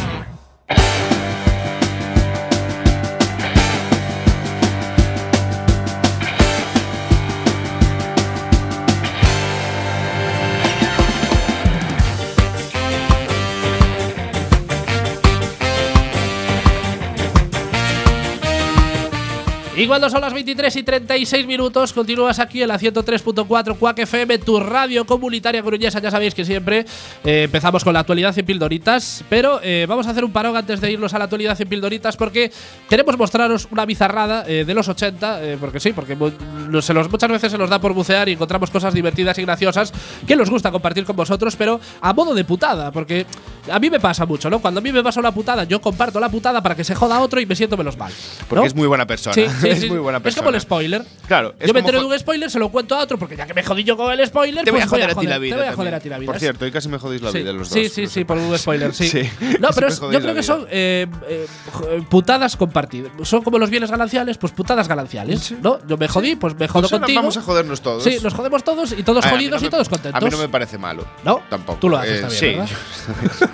Speaker 2: Y cuando son las 23 y 36 minutos, continúas aquí en la 103.4 Quack FM, tu radio comunitaria coruñesa. Ya sabéis que siempre eh, empezamos con la actualidad en pildoritas, pero eh, vamos a hacer un parón antes de irnos a la actualidad en pildoritas porque queremos mostraros una bizarrada eh, de los 80, eh, porque sí, porque mu- no se los, muchas veces se nos da por bucear y encontramos cosas divertidas y graciosas que nos gusta compartir con vosotros, pero a modo de putada, porque a mí me pasa mucho, ¿no? Cuando a mí me pasa una putada, yo comparto la putada para que se joda otro y me siento menos mal. ¿no?
Speaker 1: Porque es muy buena persona.
Speaker 2: Sí, sí,
Speaker 1: es
Speaker 2: sí.
Speaker 1: muy buena
Speaker 2: Es
Speaker 1: persona.
Speaker 2: como el spoiler.
Speaker 1: Claro, es
Speaker 2: Yo me
Speaker 1: como
Speaker 2: entero de
Speaker 1: jo-
Speaker 2: un spoiler, se lo cuento a otro, porque ya que me jodí yo con el spoiler,
Speaker 1: Te voy
Speaker 2: pues
Speaker 1: a joder a ti la
Speaker 2: te
Speaker 1: vida.
Speaker 2: voy a
Speaker 1: también.
Speaker 2: joder a ti la vida.
Speaker 1: Por cierto, hoy casi me jodéis la
Speaker 2: Sí,
Speaker 1: vida los dos.
Speaker 2: sí, sí,
Speaker 1: no
Speaker 2: sí,
Speaker 1: sé.
Speaker 2: por un spoiler, sí.
Speaker 1: Sí,
Speaker 2: No,
Speaker 1: casi me
Speaker 2: pero es- yo
Speaker 1: jodéis la
Speaker 2: creo que son
Speaker 1: vida.
Speaker 2: eh, eh, jo- eh, putadas compartidas. Son como los bienes gananciales, pues putadas gananciales. ¿no? Yo me jodí, pues me jodo
Speaker 1: Pues ahora
Speaker 2: contigo.
Speaker 1: Vamos a jodernos todos.
Speaker 2: Sí, nos jodemos todos y todos
Speaker 1: Ay, a mí
Speaker 2: jodidos
Speaker 1: no
Speaker 2: y
Speaker 1: me-
Speaker 2: todos contentos.
Speaker 1: A mí no me parece malo.
Speaker 2: ¿No?
Speaker 1: Tampoco. Eh,
Speaker 2: Tú lo haces también,
Speaker 1: sí.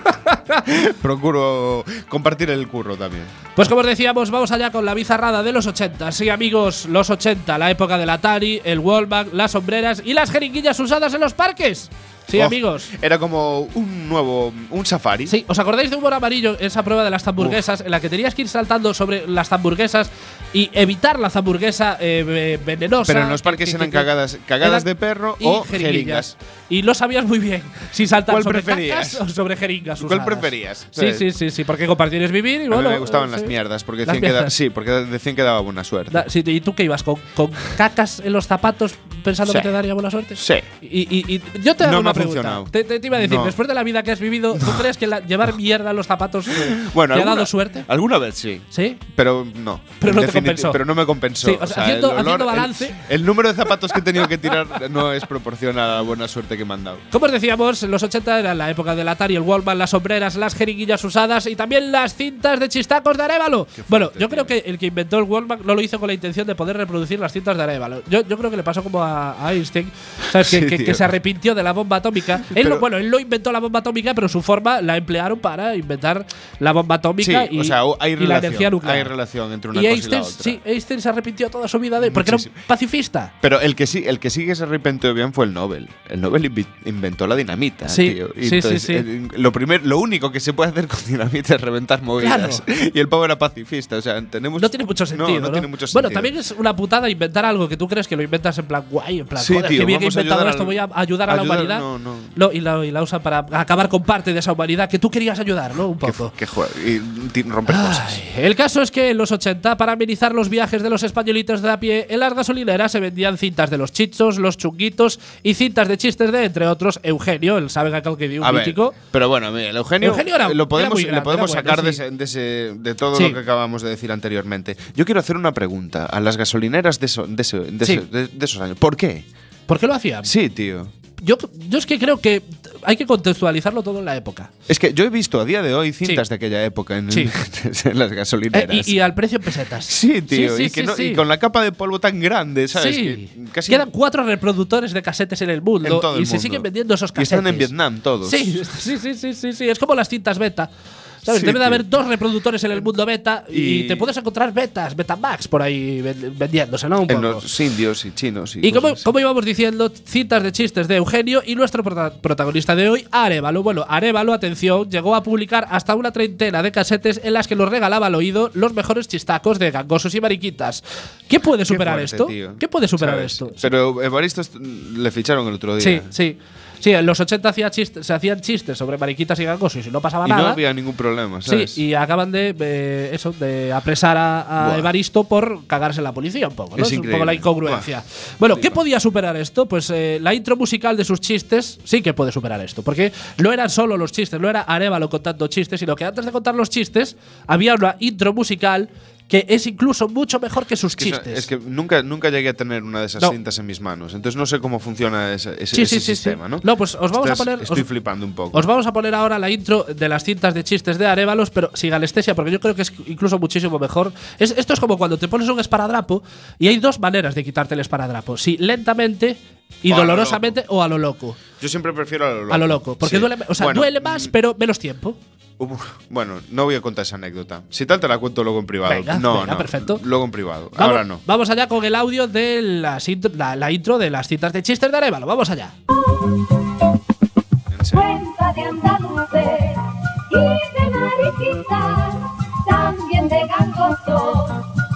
Speaker 2: ¿verdad?
Speaker 1: Procuro compartir el curro también.
Speaker 2: Pues como os decíamos, vamos allá con la bizarrada de los 80. Sí, amigos, los 80, la época del Atari, el Wallback, las sombreras y las jeringuillas usadas en los parques. Sí,
Speaker 1: Oh,
Speaker 2: amigos.
Speaker 1: Era como un nuevo. Un safari.
Speaker 2: Sí, ¿os acordáis de Humor Amarillo, esa prueba de las hamburguesas, en la que tenías que ir saltando sobre las hamburguesas y evitar la hamburguesa eh, ve- venenosa?
Speaker 1: Pero en los parques
Speaker 2: Ti, ti,
Speaker 1: eran
Speaker 2: ti.
Speaker 1: cagadas- eh, cagadas
Speaker 2: Eran-
Speaker 1: de perro
Speaker 2: y
Speaker 1: o jeringas.
Speaker 2: Y no sabías muy bien si saltar
Speaker 1: ¿Cuál
Speaker 2: sobre
Speaker 1: preferías?
Speaker 2: cacas o sobre jeringas
Speaker 1: ¿Cuál
Speaker 2: usadas.
Speaker 1: preferías?
Speaker 2: Sí,
Speaker 1: ¿Sabes?
Speaker 2: sí, sí, sí, porque compartir es vivir y
Speaker 1: A mí
Speaker 2: bueno…
Speaker 1: me gustaban
Speaker 2: eh,
Speaker 1: las
Speaker 2: sí.
Speaker 1: mierdas porque
Speaker 2: Las
Speaker 1: decían que, da-
Speaker 2: mierdas.
Speaker 1: sí, porque decían que daba buena suerte.
Speaker 2: Da- sí, ¿Y tú qué ibas? ¿Con, con cacas en los zapatos pensando
Speaker 1: Sí.
Speaker 2: que te daría buena suerte?
Speaker 1: Sí.
Speaker 2: Y, y- y yo te hago
Speaker 1: No me
Speaker 2: una
Speaker 1: ha
Speaker 2: pregunta.
Speaker 1: funcionado.
Speaker 2: Te, te- te iba a decir,
Speaker 1: No.
Speaker 2: después de la vida que has vivido, ¿tú crees que la- llevar mierda en los zapatos eh,
Speaker 1: bueno,
Speaker 2: te ha
Speaker 1: alguna- Ah.
Speaker 2: dado suerte?
Speaker 1: Alguna vez sí.
Speaker 2: ¿Sí.
Speaker 1: Pero no.
Speaker 2: Pero no te
Speaker 1: Definiti-
Speaker 2: compensó.
Speaker 1: Pero no me compensó.
Speaker 2: Sí, o sea, haciendo-
Speaker 1: el
Speaker 2: haciendo
Speaker 1: el-
Speaker 2: balance.
Speaker 1: El, número de zapatos que he tenido que tirar no es proporcional a la buena suerte que me han dado.
Speaker 2: Como os decíamos, en los 80 era la época del Atari, el Wallman, las sombreras, las jeringuillas usadas y también las cintas de chistacos de Arevalo. Bueno, yo creo que el que inventó el Wallman no lo hizo con la intención de poder reproducir las cintas de Arevalo. Yo, yo creo que le pasó como a, a Einstein, ¿sabes? Que,
Speaker 1: Sí,
Speaker 2: que- que
Speaker 1: tío.
Speaker 2: se arrepintió de la bomba atómica. Él
Speaker 1: Pero-
Speaker 2: lo- bueno, él no inventó la bomba atómica, pero su forma la emplearon para inventar la bomba atómica
Speaker 1: Sí,
Speaker 2: y,
Speaker 1: o sea, o- hay
Speaker 2: y la
Speaker 1: relación,
Speaker 2: energía nuclear.
Speaker 1: hay relación entre una
Speaker 2: y
Speaker 1: cosa y la
Speaker 2: Einstein,
Speaker 1: otra.
Speaker 2: sí, Einstein se arrepintió toda su vida de, porque era
Speaker 1: Muchísimo.
Speaker 2: un pacifista.
Speaker 1: Pero el que sí, el que sí que se arrepintió bien fue el Nobel. El Nobel invi- inventó la dinamita,
Speaker 2: Sí,
Speaker 1: tío.
Speaker 2: sí, sí,
Speaker 1: entonces,
Speaker 2: sí.
Speaker 1: eh, Lo primer, lo único que se puede hacer con dinamita es reventar movidas. Y el pavo era pacifista, o sea, tenemos
Speaker 2: No tiene mucho sentido.
Speaker 1: No, no tiene mucho sentido.
Speaker 2: Bueno, también es una putada inventar algo que tú crees que lo inventas en plan guay, en plan,
Speaker 1: Sí,
Speaker 2: joder,
Speaker 1: tío,
Speaker 2: qué bien que he
Speaker 1: vamos a
Speaker 2: inventado
Speaker 1: ayudar
Speaker 2: esto,
Speaker 1: al-
Speaker 2: voy a ayudar a la
Speaker 1: ayudar-
Speaker 2: humanidad.
Speaker 1: no, no.
Speaker 2: Lo- y, la, y la usa para acabar con parte de esa humanidad que tú querías ayudar, ¿no? Un
Speaker 1: que,
Speaker 2: poco.
Speaker 1: que juega- y ti- romper cosas.
Speaker 2: Ay, El caso es que en los 80, para amenizar los viajes de los españolitos de a pie, en las gasolineras se vendían cintas de los chichos, los chunguitos y cintas de chistes de, entre otros, Eugenio, el sabe aquel que dio
Speaker 1: A
Speaker 2: un
Speaker 1: ver,
Speaker 2: mítico.
Speaker 1: pero bueno, mira, el Eugenio,
Speaker 2: Eugenio era- era
Speaker 1: lo podemos,
Speaker 2: muy grande,
Speaker 1: le podemos
Speaker 2: era bueno,
Speaker 1: sacar de,
Speaker 2: sí.
Speaker 1: ese- de ese- de todo
Speaker 2: Sí.
Speaker 1: lo que acabamos de decir anteriormente. Yo quiero hacer una pregunta a las gasolineras de, eso- de, ese- de
Speaker 2: Sí.
Speaker 1: ese- de- de esos años. ¿Por qué?
Speaker 2: ¿Por qué lo hacían?
Speaker 1: Sí, tío.
Speaker 2: Yo, yo es que creo que hay que contextualizarlo todo en la época.
Speaker 1: Es que yo he visto a día de hoy cintas
Speaker 2: Sí.
Speaker 1: de aquella época en,
Speaker 2: Sí.
Speaker 1: en las
Speaker 2: Eh,
Speaker 1: gasolineras.
Speaker 2: y, y al precio en pesetas.
Speaker 1: Sí, tío,
Speaker 2: Sí, sí,
Speaker 1: y, que
Speaker 2: sí,
Speaker 1: no-
Speaker 2: sí.
Speaker 1: y con la capa de polvo tan grande, ¿sabes?
Speaker 2: Sí.
Speaker 1: Que casi
Speaker 2: Quedan cuatro reproductores de casetes en el mundo
Speaker 1: En todo
Speaker 2: y
Speaker 1: el
Speaker 2: se
Speaker 1: mundo.
Speaker 2: siguen vendiendo esos
Speaker 1: Y
Speaker 2: casetes.
Speaker 1: están en Vietnam todos.
Speaker 2: Sí, sí, sí, sí, sí, sí. Es como las cintas beta. ¿Sabes?
Speaker 1: Sí,
Speaker 2: Debe de
Speaker 1: tío.
Speaker 2: haber dos reproductores en el mundo beta y,
Speaker 1: Y-
Speaker 2: te puedes encontrar betas, Betamax por ahí ven- vendiéndose, ¿no? Un
Speaker 1: En
Speaker 2: poco.
Speaker 1: los indios y chinos. Y,
Speaker 2: Y como,
Speaker 1: cosas así.
Speaker 2: como íbamos diciendo, citas de chistes de Eugenio y nuestro prota- protagonista de hoy, Arevalo. Bueno, Arevalo, atención, llegó a publicar hasta una treintena de casetes en las que nos regalaba al oído los mejores chistacos de gangosos y mariquitas. ¿Qué puede
Speaker 1: Qué
Speaker 2: superar
Speaker 1: fuerte,
Speaker 2: esto?
Speaker 1: tío.
Speaker 2: ¿Qué puede superar
Speaker 1: ¿Sabes?
Speaker 2: esto?
Speaker 1: Pero Evaristo est- le ficharon el otro día.
Speaker 2: Sí, sí. Sí, en los 80 hacía chistes- se hacían chistes sobre mariquitas y gangosos y no pasaba
Speaker 1: Y
Speaker 2: nada.
Speaker 1: no había ningún problema,
Speaker 2: Sí,
Speaker 1: ¿sabes?
Speaker 2: y acaban de eh, eso, de apresar a, a
Speaker 1: Buah.
Speaker 2: Evaristo por cagarse en la policía un poco, ¿no?
Speaker 1: Es
Speaker 2: Es, un poco
Speaker 1: increíble.
Speaker 2: la incongruencia.
Speaker 1: Buah.
Speaker 2: Bueno,
Speaker 1: Sí,
Speaker 2: ¿qué
Speaker 1: va.
Speaker 2: podía superar esto? Pues eh, la intro musical de sus chistes sí que puede superar esto, porque no eran solo los chistes, no era Arevalo contando chistes, sino que antes de contar los chistes había una intro musical que es incluso mucho mejor que sus
Speaker 1: Que esa-
Speaker 2: chistes.
Speaker 1: es que nunca, nunca llegué a tener una de esas
Speaker 2: No.
Speaker 1: cintas en mis manos. Entonces no sé cómo funciona ese, ese-
Speaker 2: Sí,
Speaker 1: ese
Speaker 2: sí, sí, sí.
Speaker 1: sistema, ¿no?
Speaker 2: No, pues os vamos a
Speaker 1: Estás-
Speaker 2: poner-
Speaker 1: Estoy
Speaker 2: os-
Speaker 1: flipando un poco.
Speaker 2: Os vamos a poner ahora la intro de las cintas de chistes de Arévalos, pero sin anestesia, porque yo creo que es incluso muchísimo mejor. Es- esto es como cuando te pones un esparadrapo y hay dos maneras de quitarte el esparadrapo. Si lentamente y
Speaker 1: O a lo
Speaker 2: dolorosamente o a lo loco.
Speaker 1: Yo siempre prefiero a lo loco.
Speaker 2: A lo loco. Porque
Speaker 1: Sí.
Speaker 2: duele, o sea,
Speaker 1: Bueno,
Speaker 2: duele más,
Speaker 1: mm,
Speaker 2: pero menos tiempo.
Speaker 1: hubo- bueno, no voy a contar esa anécdota. Si tal, te la cuento luego en privado.
Speaker 2: Venga,
Speaker 1: no,
Speaker 2: venga,
Speaker 1: no.
Speaker 2: perfecto.
Speaker 1: Luego en privado.
Speaker 2: Vamos,
Speaker 1: Ahora no.
Speaker 2: Vamos allá con el audio de las int- la, la intro de las cintas de chistes de Arevalo. Vamos allá.
Speaker 1: En serio.
Speaker 7: cuenta de andaluces y de mariquitas, también de gangosos,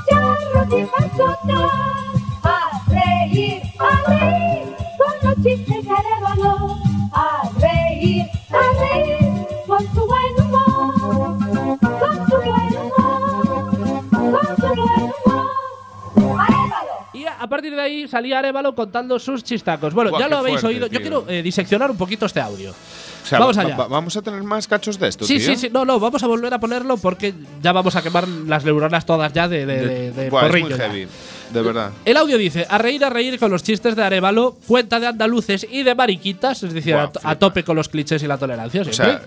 Speaker 7: charros y pachotas, a reír, a reír, con los chistes de Arévalo, a reír, a reír, con su buen humor, con su buen humor, con su buen humor, Arévalo.
Speaker 2: Y a a partir de ahí salía Arevalo contando sus chistacos. Bueno,
Speaker 1: Buah,
Speaker 2: ya
Speaker 1: qué
Speaker 2: lo habéis
Speaker 1: fuerte,
Speaker 2: oído. Yo
Speaker 1: tío.
Speaker 2: quiero eh, diseccionar un poquito este audio.
Speaker 1: O sea,
Speaker 2: vamos
Speaker 1: va-
Speaker 2: allá.
Speaker 1: va- vamos a tener más cachos de esto,
Speaker 2: Sí,
Speaker 1: tío.
Speaker 2: sí, sí. No, no, vamos a volver a ponerlo porque ya vamos a quemar las neuronas todas ya de, de, de- de
Speaker 1: Buah, es muy
Speaker 2: porrillo ya.
Speaker 1: heavy. De verdad.
Speaker 2: El audio dice, a reír, a reír con los chistes de Arevalo, cuenta de andaluces y de mariquitas, es decir,
Speaker 1: Buah,
Speaker 2: a to- a,
Speaker 1: flipa.
Speaker 2: tope con los clichés y la tolerancia.
Speaker 1: O
Speaker 2: siempre.
Speaker 1: sea,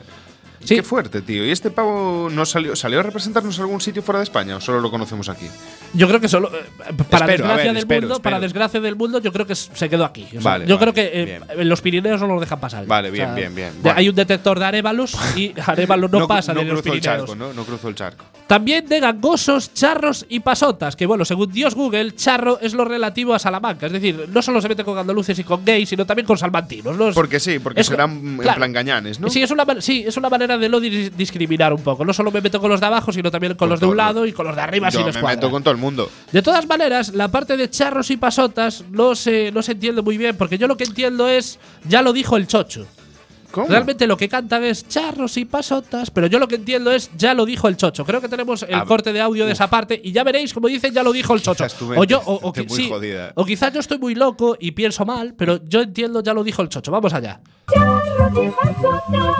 Speaker 2: Sí.
Speaker 1: qué fuerte, tío. ¿Y este pavo no salió, salió a representarnos a algún sitio fuera de España o solo lo conocemos aquí?
Speaker 2: yo creo que solo, eh,
Speaker 1: Espero,
Speaker 2: para,
Speaker 1: a
Speaker 2: desgracia
Speaker 1: ver,
Speaker 2: del
Speaker 1: espero,
Speaker 2: mundo, para
Speaker 1: espero.
Speaker 2: desgracia del mundo, yo creo que s- se quedó aquí. O sea,
Speaker 1: Vale,
Speaker 2: yo
Speaker 1: vale,
Speaker 2: creo que eh,
Speaker 1: bien.
Speaker 2: en los Pirineos no los dejan pasar.
Speaker 1: Vale,
Speaker 2: O
Speaker 1: bien,
Speaker 2: sea,
Speaker 1: bien, bien.
Speaker 2: ya
Speaker 1: Bueno.
Speaker 2: Hay un detector de Arévalos y Arevalo no,
Speaker 1: cru-
Speaker 2: pasa
Speaker 1: no
Speaker 2: de los
Speaker 1: cruzó el
Speaker 2: Pirineos.
Speaker 1: charco, ¿no? No cruzó el charco.
Speaker 2: También de gangosos, charros y pasotas, que bueno, según Dios Google, charro es lo relativo a Salamanca. Es decir, no solo se mete con andaluces y con gays, sino también con salmantinos. ¿no? Es-
Speaker 1: Porque sí, porque
Speaker 2: es-
Speaker 1: serán
Speaker 2: claro.
Speaker 1: en plan gañanes, ¿no?
Speaker 2: Sí, es una, man- sí, es una manera de no dis- discriminar un poco. No solo me meto con los de abajo, sino también con, los de un
Speaker 1: todo.
Speaker 2: lado y con los de arriba si
Speaker 1: Yo
Speaker 2: les
Speaker 1: me
Speaker 2: cuadra.
Speaker 1: meto con todo el mundo.
Speaker 2: De todas maneras, la parte de charros y pasotas no se, no se entiende muy bien, porque yo lo que entiendo es, ya lo dijo el chocho.
Speaker 1: ¿Cómo?
Speaker 2: Realmente lo que cantan es charros y pasotas, pero yo lo que entiendo es ya lo dijo el chocho. Creo que tenemos el
Speaker 1: Ah,
Speaker 2: corte de audio de esa parte y ya veréis, como dicen, ya lo dijo el chocho.
Speaker 1: Quizás tu mente
Speaker 2: O yo, o, o
Speaker 1: esté
Speaker 2: qui-
Speaker 1: muy
Speaker 2: sí,
Speaker 1: jodida.
Speaker 2: o quizás yo estoy muy loco y pienso mal, pero yo entiendo ya lo dijo el chocho. Vamos allá.
Speaker 7: Charros y pachotas,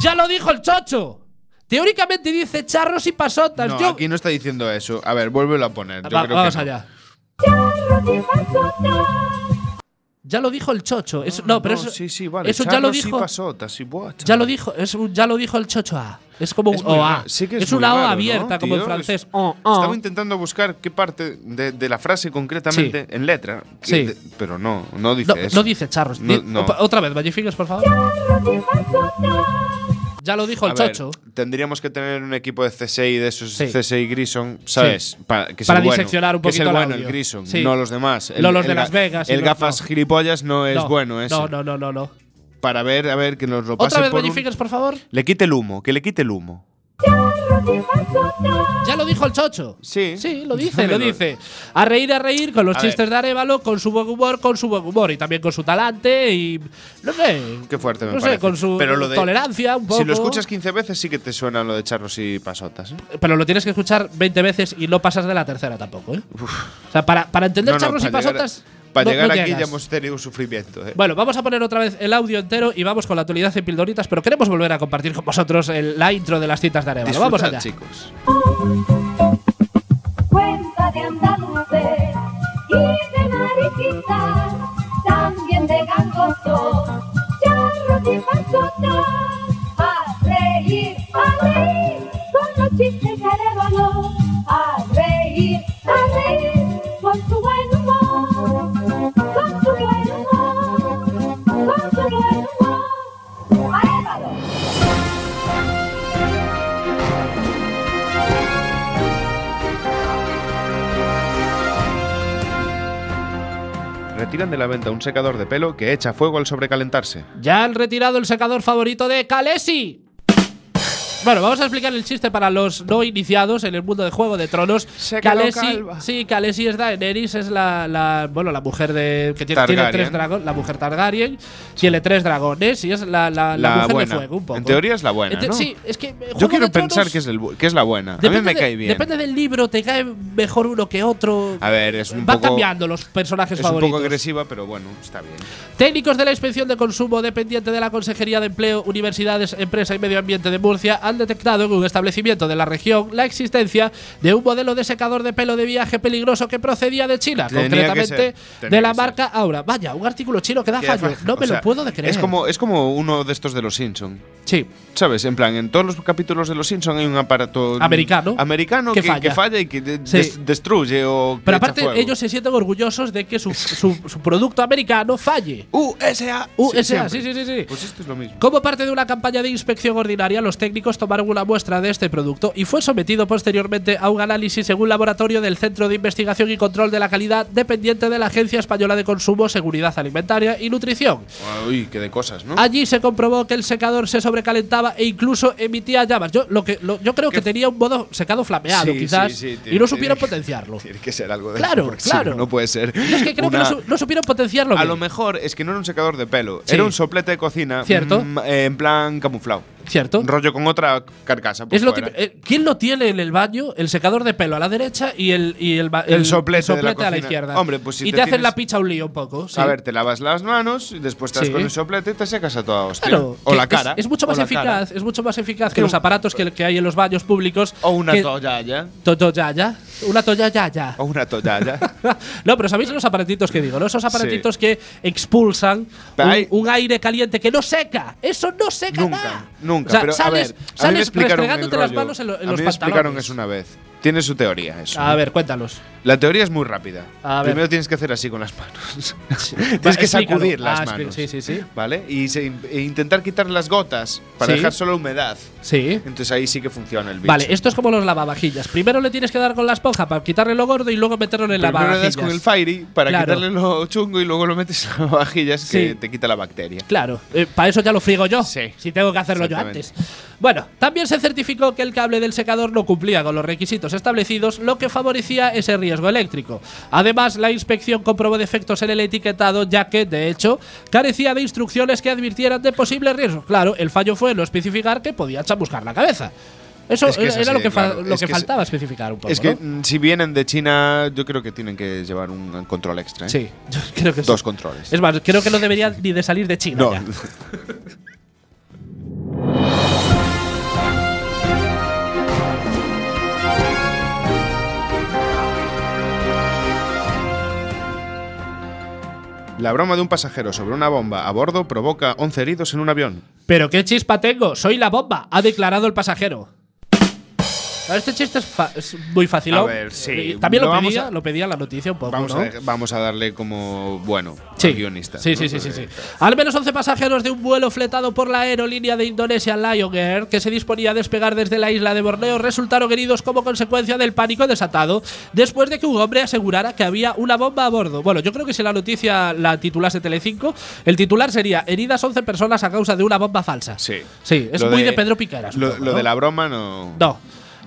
Speaker 2: ¡Ya lo dijo el chocho! Teóricamente dice charros y pasotas.
Speaker 1: No,
Speaker 2: yo.
Speaker 1: aquí no está diciendo eso. A ver, vuélvelo a poner. Yo
Speaker 2: Va-
Speaker 1: creo
Speaker 2: vamos
Speaker 1: que no.
Speaker 2: allá.
Speaker 7: charros y pachotas.
Speaker 2: Ya lo dijo el chocho. Eso- no, pero
Speaker 1: Ah, No,
Speaker 2: eso,
Speaker 1: sí, sí, vale.
Speaker 2: eso ya lo
Speaker 1: Charros y
Speaker 2: dijo.
Speaker 1: pasotas y buah,
Speaker 2: Ya lo
Speaker 1: chaval.
Speaker 2: dijo, es un- ya lo dijo el chocho A. Es como un
Speaker 1: Es muy
Speaker 2: OA.
Speaker 1: raro. Sí que
Speaker 2: es
Speaker 1: es muy
Speaker 2: una O
Speaker 1: raro, ¿no,
Speaker 2: abierta, como en
Speaker 1: tío?
Speaker 2: francés.
Speaker 1: Es-
Speaker 2: Oh, oh.
Speaker 1: Estaba intentando buscar qué parte de, de la frase concretamente en letra. que-
Speaker 2: Sí.
Speaker 1: de- pero no, no dice
Speaker 2: No,
Speaker 1: eso.
Speaker 2: no dice charros.
Speaker 1: No,
Speaker 2: Di-
Speaker 1: no.
Speaker 2: opa- Otra vez, Magnificus, por favor. Ya lo dijo el
Speaker 1: A ver,
Speaker 2: chocho.
Speaker 1: tendríamos que tener un equipo de CSI de esos
Speaker 2: Sí.
Speaker 1: CSI Grison, ¿sabes? Pa- que es
Speaker 2: Para
Speaker 1: el bueno,
Speaker 2: diseccionar un
Speaker 1: que es
Speaker 2: poquito
Speaker 1: el
Speaker 2: el
Speaker 1: bueno,
Speaker 2: audio.
Speaker 1: el Grison,
Speaker 2: Sí.
Speaker 1: no los demás. El,
Speaker 2: No los
Speaker 1: el
Speaker 2: de
Speaker 1: ga-
Speaker 2: Las Vegas y
Speaker 1: El
Speaker 2: los-
Speaker 1: gafas
Speaker 2: no.
Speaker 1: gilipollas no es
Speaker 2: No,
Speaker 1: bueno, ese.
Speaker 2: No, no, no, no. no.
Speaker 1: Para ver, a ver, que nos lo
Speaker 2: Otra
Speaker 1: pase
Speaker 2: vez,
Speaker 1: por un-
Speaker 2: Magnificus, por favor.
Speaker 1: Le quite el humo, que le quite el humo.
Speaker 2: Ya lo dijo el chocho.
Speaker 1: Sí.
Speaker 2: Sí, lo dice, lo
Speaker 1: Dámelo.
Speaker 2: dice. A reír, a reír con los
Speaker 1: A
Speaker 2: chistes
Speaker 1: ver.
Speaker 2: de Arevalo, con su buen humor, con su buen humor y también con su talante y. No sé.
Speaker 1: Qué fuerte me
Speaker 2: No sé,
Speaker 1: parece.
Speaker 2: con su
Speaker 1: Pero lo de-
Speaker 2: tolerancia un poco.
Speaker 1: Si lo escuchas 15 veces sí que te suena lo de charros y pasotas. ¿eh?
Speaker 2: Pero lo tienes que escuchar 20 veces y no pasas de la tercera tampoco, ¿eh? O sea, para, para entender
Speaker 1: No, no,
Speaker 2: charros y
Speaker 1: para llegar-
Speaker 2: pasotas.
Speaker 1: Para
Speaker 2: no-
Speaker 1: llegar
Speaker 2: no
Speaker 1: aquí ya
Speaker 2: llegas.
Speaker 1: hemos tenido un sufrimiento. ¿eh?
Speaker 2: Bueno, vamos a poner otra vez el audio entero y vamos con la actualidad en pildoritas, pero queremos volver a compartir con vosotros el- la intro de las citas de Arevalo.
Speaker 1: Disfrutad,
Speaker 2: Vamos allá.
Speaker 1: chicos.
Speaker 7: cuenta de andaluces y de mariquitas, también de gangosos, charros y pachotas, cerebro a reír, a reír con su buen humor, con su buen humor, con su buen humor. ¡Arévalo!
Speaker 1: Retiran de la venta un secador de pelo que echa fuego al sobrecalentarse.
Speaker 2: Ya han retirado el secador favorito de Kalesi. Bueno, vamos a explicar el chiste para los no iniciados en el mundo de Juego de Tronos.
Speaker 1: Se quedó
Speaker 2: Khaleesi,
Speaker 1: calva.
Speaker 2: sí, Khaleesi es Daenerys, es la, la- bueno, la mujer de que tiene, tiene
Speaker 1: Targaryen.
Speaker 2: tres dragones, la mujer Targaryen, tiene tres dragones y es la, la, la
Speaker 1: La
Speaker 2: mujer
Speaker 1: buena.
Speaker 2: de fuego un poco.
Speaker 1: En teoría es la buena,
Speaker 2: Ente-
Speaker 1: ¿no?
Speaker 2: Sí, es que eh, Juego
Speaker 1: Yo quiero
Speaker 2: de Tronos-
Speaker 1: pensar que es, el bu- que es la buena. A mí
Speaker 2: depende
Speaker 1: me
Speaker 2: de-
Speaker 1: cae bien.
Speaker 2: Depende del libro, te cae mejor uno que otro.
Speaker 1: A ver, es un
Speaker 2: Van
Speaker 1: poco.
Speaker 2: cambiando los personajes
Speaker 1: Es un
Speaker 2: favoritos.
Speaker 1: poco agresiva, pero bueno, está bien.
Speaker 2: Técnicos de la Inspección de Consumo, dependiente de la Consejería de Empleo, Universidades, Empresa y Medio Ambiente de Murcia, han detectado en un establecimiento de la región la existencia de un modelo de secador de pelo de viaje peligroso que procedía de China,
Speaker 1: Tenía que
Speaker 2: concretamente
Speaker 1: ser, tenía
Speaker 2: de la
Speaker 1: que ser.
Speaker 2: marca Aura. Vaya, un artículo chino que da
Speaker 1: Queda
Speaker 2: fallo.
Speaker 1: fa-
Speaker 2: No
Speaker 1: o
Speaker 2: me
Speaker 1: sea,
Speaker 2: lo puedo de creer.
Speaker 1: Es como, es como uno de estos de los Simpson.
Speaker 2: Sí.
Speaker 1: ¿Sabes? En plan, en todos los capítulos de Los Simpson hay un aparato
Speaker 2: Americano.
Speaker 1: americano
Speaker 2: Que
Speaker 1: que,
Speaker 2: falla.
Speaker 1: falla. que y que de-
Speaker 2: Sí.
Speaker 1: des- destruye o que
Speaker 2: Pero
Speaker 1: echa
Speaker 2: aparte,
Speaker 1: fuego.
Speaker 2: ellos se sienten orgullosos de que su, su- su producto americano falle.
Speaker 1: USA. siempre.
Speaker 2: USA, sí, sí, sí, sí.
Speaker 1: Pues esto es lo mismo.
Speaker 2: Como parte de una campaña de inspección ordinaria, los técnicos tomaron una muestra de este producto y fue sometido posteriormente a un análisis en un laboratorio del Centro de Investigación y Control de la Calidad, dependiente de la Agencia Española de Consumo, Seguridad Alimentaria y Nutrición.
Speaker 1: Ah, Uy, qué de cosas, ¿no?
Speaker 2: Allí se comprobó que el secador se sobrecalentaba e incluso emitía llamas. Yo, lo que, lo- yo creo que tenía un modo secado flameado,
Speaker 1: Sí,
Speaker 2: quizás,
Speaker 1: sí, sí,
Speaker 2: y no
Speaker 1: tiene-
Speaker 2: supieron
Speaker 1: tiene que-
Speaker 2: potenciarlo.
Speaker 1: Tiene que ser algo de
Speaker 2: Claro,
Speaker 1: eso, porque si
Speaker 2: claro.
Speaker 1: no, no puede ser.
Speaker 2: Yo es que creo
Speaker 1: una-
Speaker 2: que no, su- no supieron potenciarlo.
Speaker 1: A
Speaker 2: bien.
Speaker 1: lo mejor es que no era un secador de pelo,
Speaker 2: Sí.
Speaker 1: era un soplete de cocina.
Speaker 2: Cierto.
Speaker 1: mm, eh, en plan camuflado.
Speaker 2: ¿Cierto?
Speaker 1: Un rollo con otra carcasa. por
Speaker 2: Es lo
Speaker 1: fuera.
Speaker 2: típico- eh, ¿Quién lo tiene en el baño? El secador de pelo a la derecha y el, y el, ba-
Speaker 1: El soplete de la
Speaker 2: a la
Speaker 1: cocina.
Speaker 2: izquierda.
Speaker 1: Hombre, pues si
Speaker 2: y te,
Speaker 1: te
Speaker 2: hacen
Speaker 1: tienes-
Speaker 2: la picha un lío un poco. ¿sí?
Speaker 1: A ver, te lavas las manos y después te das
Speaker 2: Sí.
Speaker 1: con el soplete y te secas a toda hostia.
Speaker 2: Claro,
Speaker 1: o
Speaker 2: que
Speaker 1: la
Speaker 2: es-
Speaker 1: cara.
Speaker 2: Es, mucho
Speaker 1: o
Speaker 2: más
Speaker 1: la cara.
Speaker 2: eficaz, es mucho más eficaz que los aparatos que, que hay en los baños públicos.
Speaker 1: O una
Speaker 2: que-
Speaker 1: toalla.
Speaker 2: Totoyaya. Una toyayaya.
Speaker 1: O una toalla.
Speaker 2: no, pero sabéis los aparatitos que digo, ¿no? Esos aparatitos que expulsan
Speaker 1: Pero
Speaker 2: un,
Speaker 1: hay-
Speaker 2: un aire caliente que no seca. Eso no seca
Speaker 1: nunca,
Speaker 2: nada.
Speaker 1: nunca.
Speaker 2: O sea,
Speaker 1: pero a ver,
Speaker 2: sales,
Speaker 1: a mí me
Speaker 2: sales
Speaker 1: explicaron el
Speaker 2: restregándote las
Speaker 1: rollo.
Speaker 2: manos en, lo- en
Speaker 1: a
Speaker 2: los
Speaker 1: mí me
Speaker 2: pantalones.
Speaker 1: explicaron eso una vez. Tiene su teoría eso.
Speaker 2: A ver, cuéntalos.
Speaker 1: La teoría es muy rápida.
Speaker 2: A ver.
Speaker 1: Primero tienes que hacer así con las manos.
Speaker 2: Va,
Speaker 1: tienes que
Speaker 2: explícalo.
Speaker 1: sacudir las
Speaker 2: Ah, expli-
Speaker 1: manos.
Speaker 2: sí, sí, sí.
Speaker 1: ¿Vale? Y se- e intentar quitar las gotas para
Speaker 2: Sí.
Speaker 1: dejar solo humedad.
Speaker 2: Sí.
Speaker 1: Entonces ahí sí que funciona el bicho.
Speaker 2: Vale, esto es como los lavavajillas. Primero le tienes que dar con la esponja para quitarle lo gordo y luego meterlo en el
Speaker 1: Primero le das
Speaker 2: lavavajillas.
Speaker 1: con el Fairy para
Speaker 2: Claro.
Speaker 1: quitarle lo chungo y luego lo metes en las vajillas que
Speaker 2: Sí.
Speaker 1: te quita la bacteria.
Speaker 2: Claro, para eso ya lo frigo yo.
Speaker 1: Sí.
Speaker 2: Si tengo que hacerlo yo antes.
Speaker 1: Exactamente.
Speaker 2: Bueno, también se certificó que el cable del secador no cumplía con los requisitos establecidos, lo que favorecía ese riesgo eléctrico. Además, la inspección comprobó defectos en el etiquetado, ya que, de hecho, carecía de instrucciones que advirtieran de posibles riesgos. Claro, el fallo fue no especificar que podía chamuscar la cabeza. Eso
Speaker 1: Es que es
Speaker 2: era
Speaker 1: así
Speaker 2: lo que,
Speaker 1: de
Speaker 2: fa-
Speaker 1: claro.
Speaker 2: lo
Speaker 1: Es
Speaker 2: que
Speaker 1: que es-
Speaker 2: faltaba especificar un poco.
Speaker 1: es que
Speaker 2: ¿no?
Speaker 1: mm, si vienen de China, yo creo que tienen que llevar un control extra. ¿eh?
Speaker 2: Sí, yo creo que sí.
Speaker 1: Dos controles.
Speaker 2: Es más, creo que no debería ni de salir de China.
Speaker 1: No.
Speaker 2: ya.
Speaker 1: La broma de un pasajero sobre una bomba a bordo provoca 11 heridos en un avión.
Speaker 2: Pero qué chispa tengo, soy la bomba, ha declarado el pasajero. Ahora, Este chiste es, fa- es muy fácil.
Speaker 1: A ver, sí.
Speaker 2: Eh, También lo,
Speaker 1: Lo vamos
Speaker 2: pedía,
Speaker 1: a-
Speaker 2: lo pedía la noticia un poco.
Speaker 1: Vamos,
Speaker 2: ¿no?
Speaker 1: a, dej- vamos a darle como bueno
Speaker 2: Sí.
Speaker 1: al guionista.
Speaker 2: Sí,
Speaker 1: ¿no? Eh,
Speaker 2: sí, sí, sí, sí.
Speaker 1: Porque-
Speaker 2: Al menos 11 pasajeros de un vuelo fletado por la aerolínea de Indonesia Lion Air, que se disponía a despegar desde la isla de Borneo, resultaron heridos como consecuencia del pánico desatado después de que un hombre asegurara que había una bomba a bordo. Bueno, yo creo que si la noticia la titulase Telecinco, el titular sería Heridas 11 personas a causa de una bomba falsa.
Speaker 1: Sí.
Speaker 2: Sí, es
Speaker 1: Lo
Speaker 2: muy de, Pedro Piqueras. un
Speaker 1: Lo,
Speaker 2: poco,
Speaker 1: lo
Speaker 2: ¿no?
Speaker 1: de la broma no.
Speaker 2: No.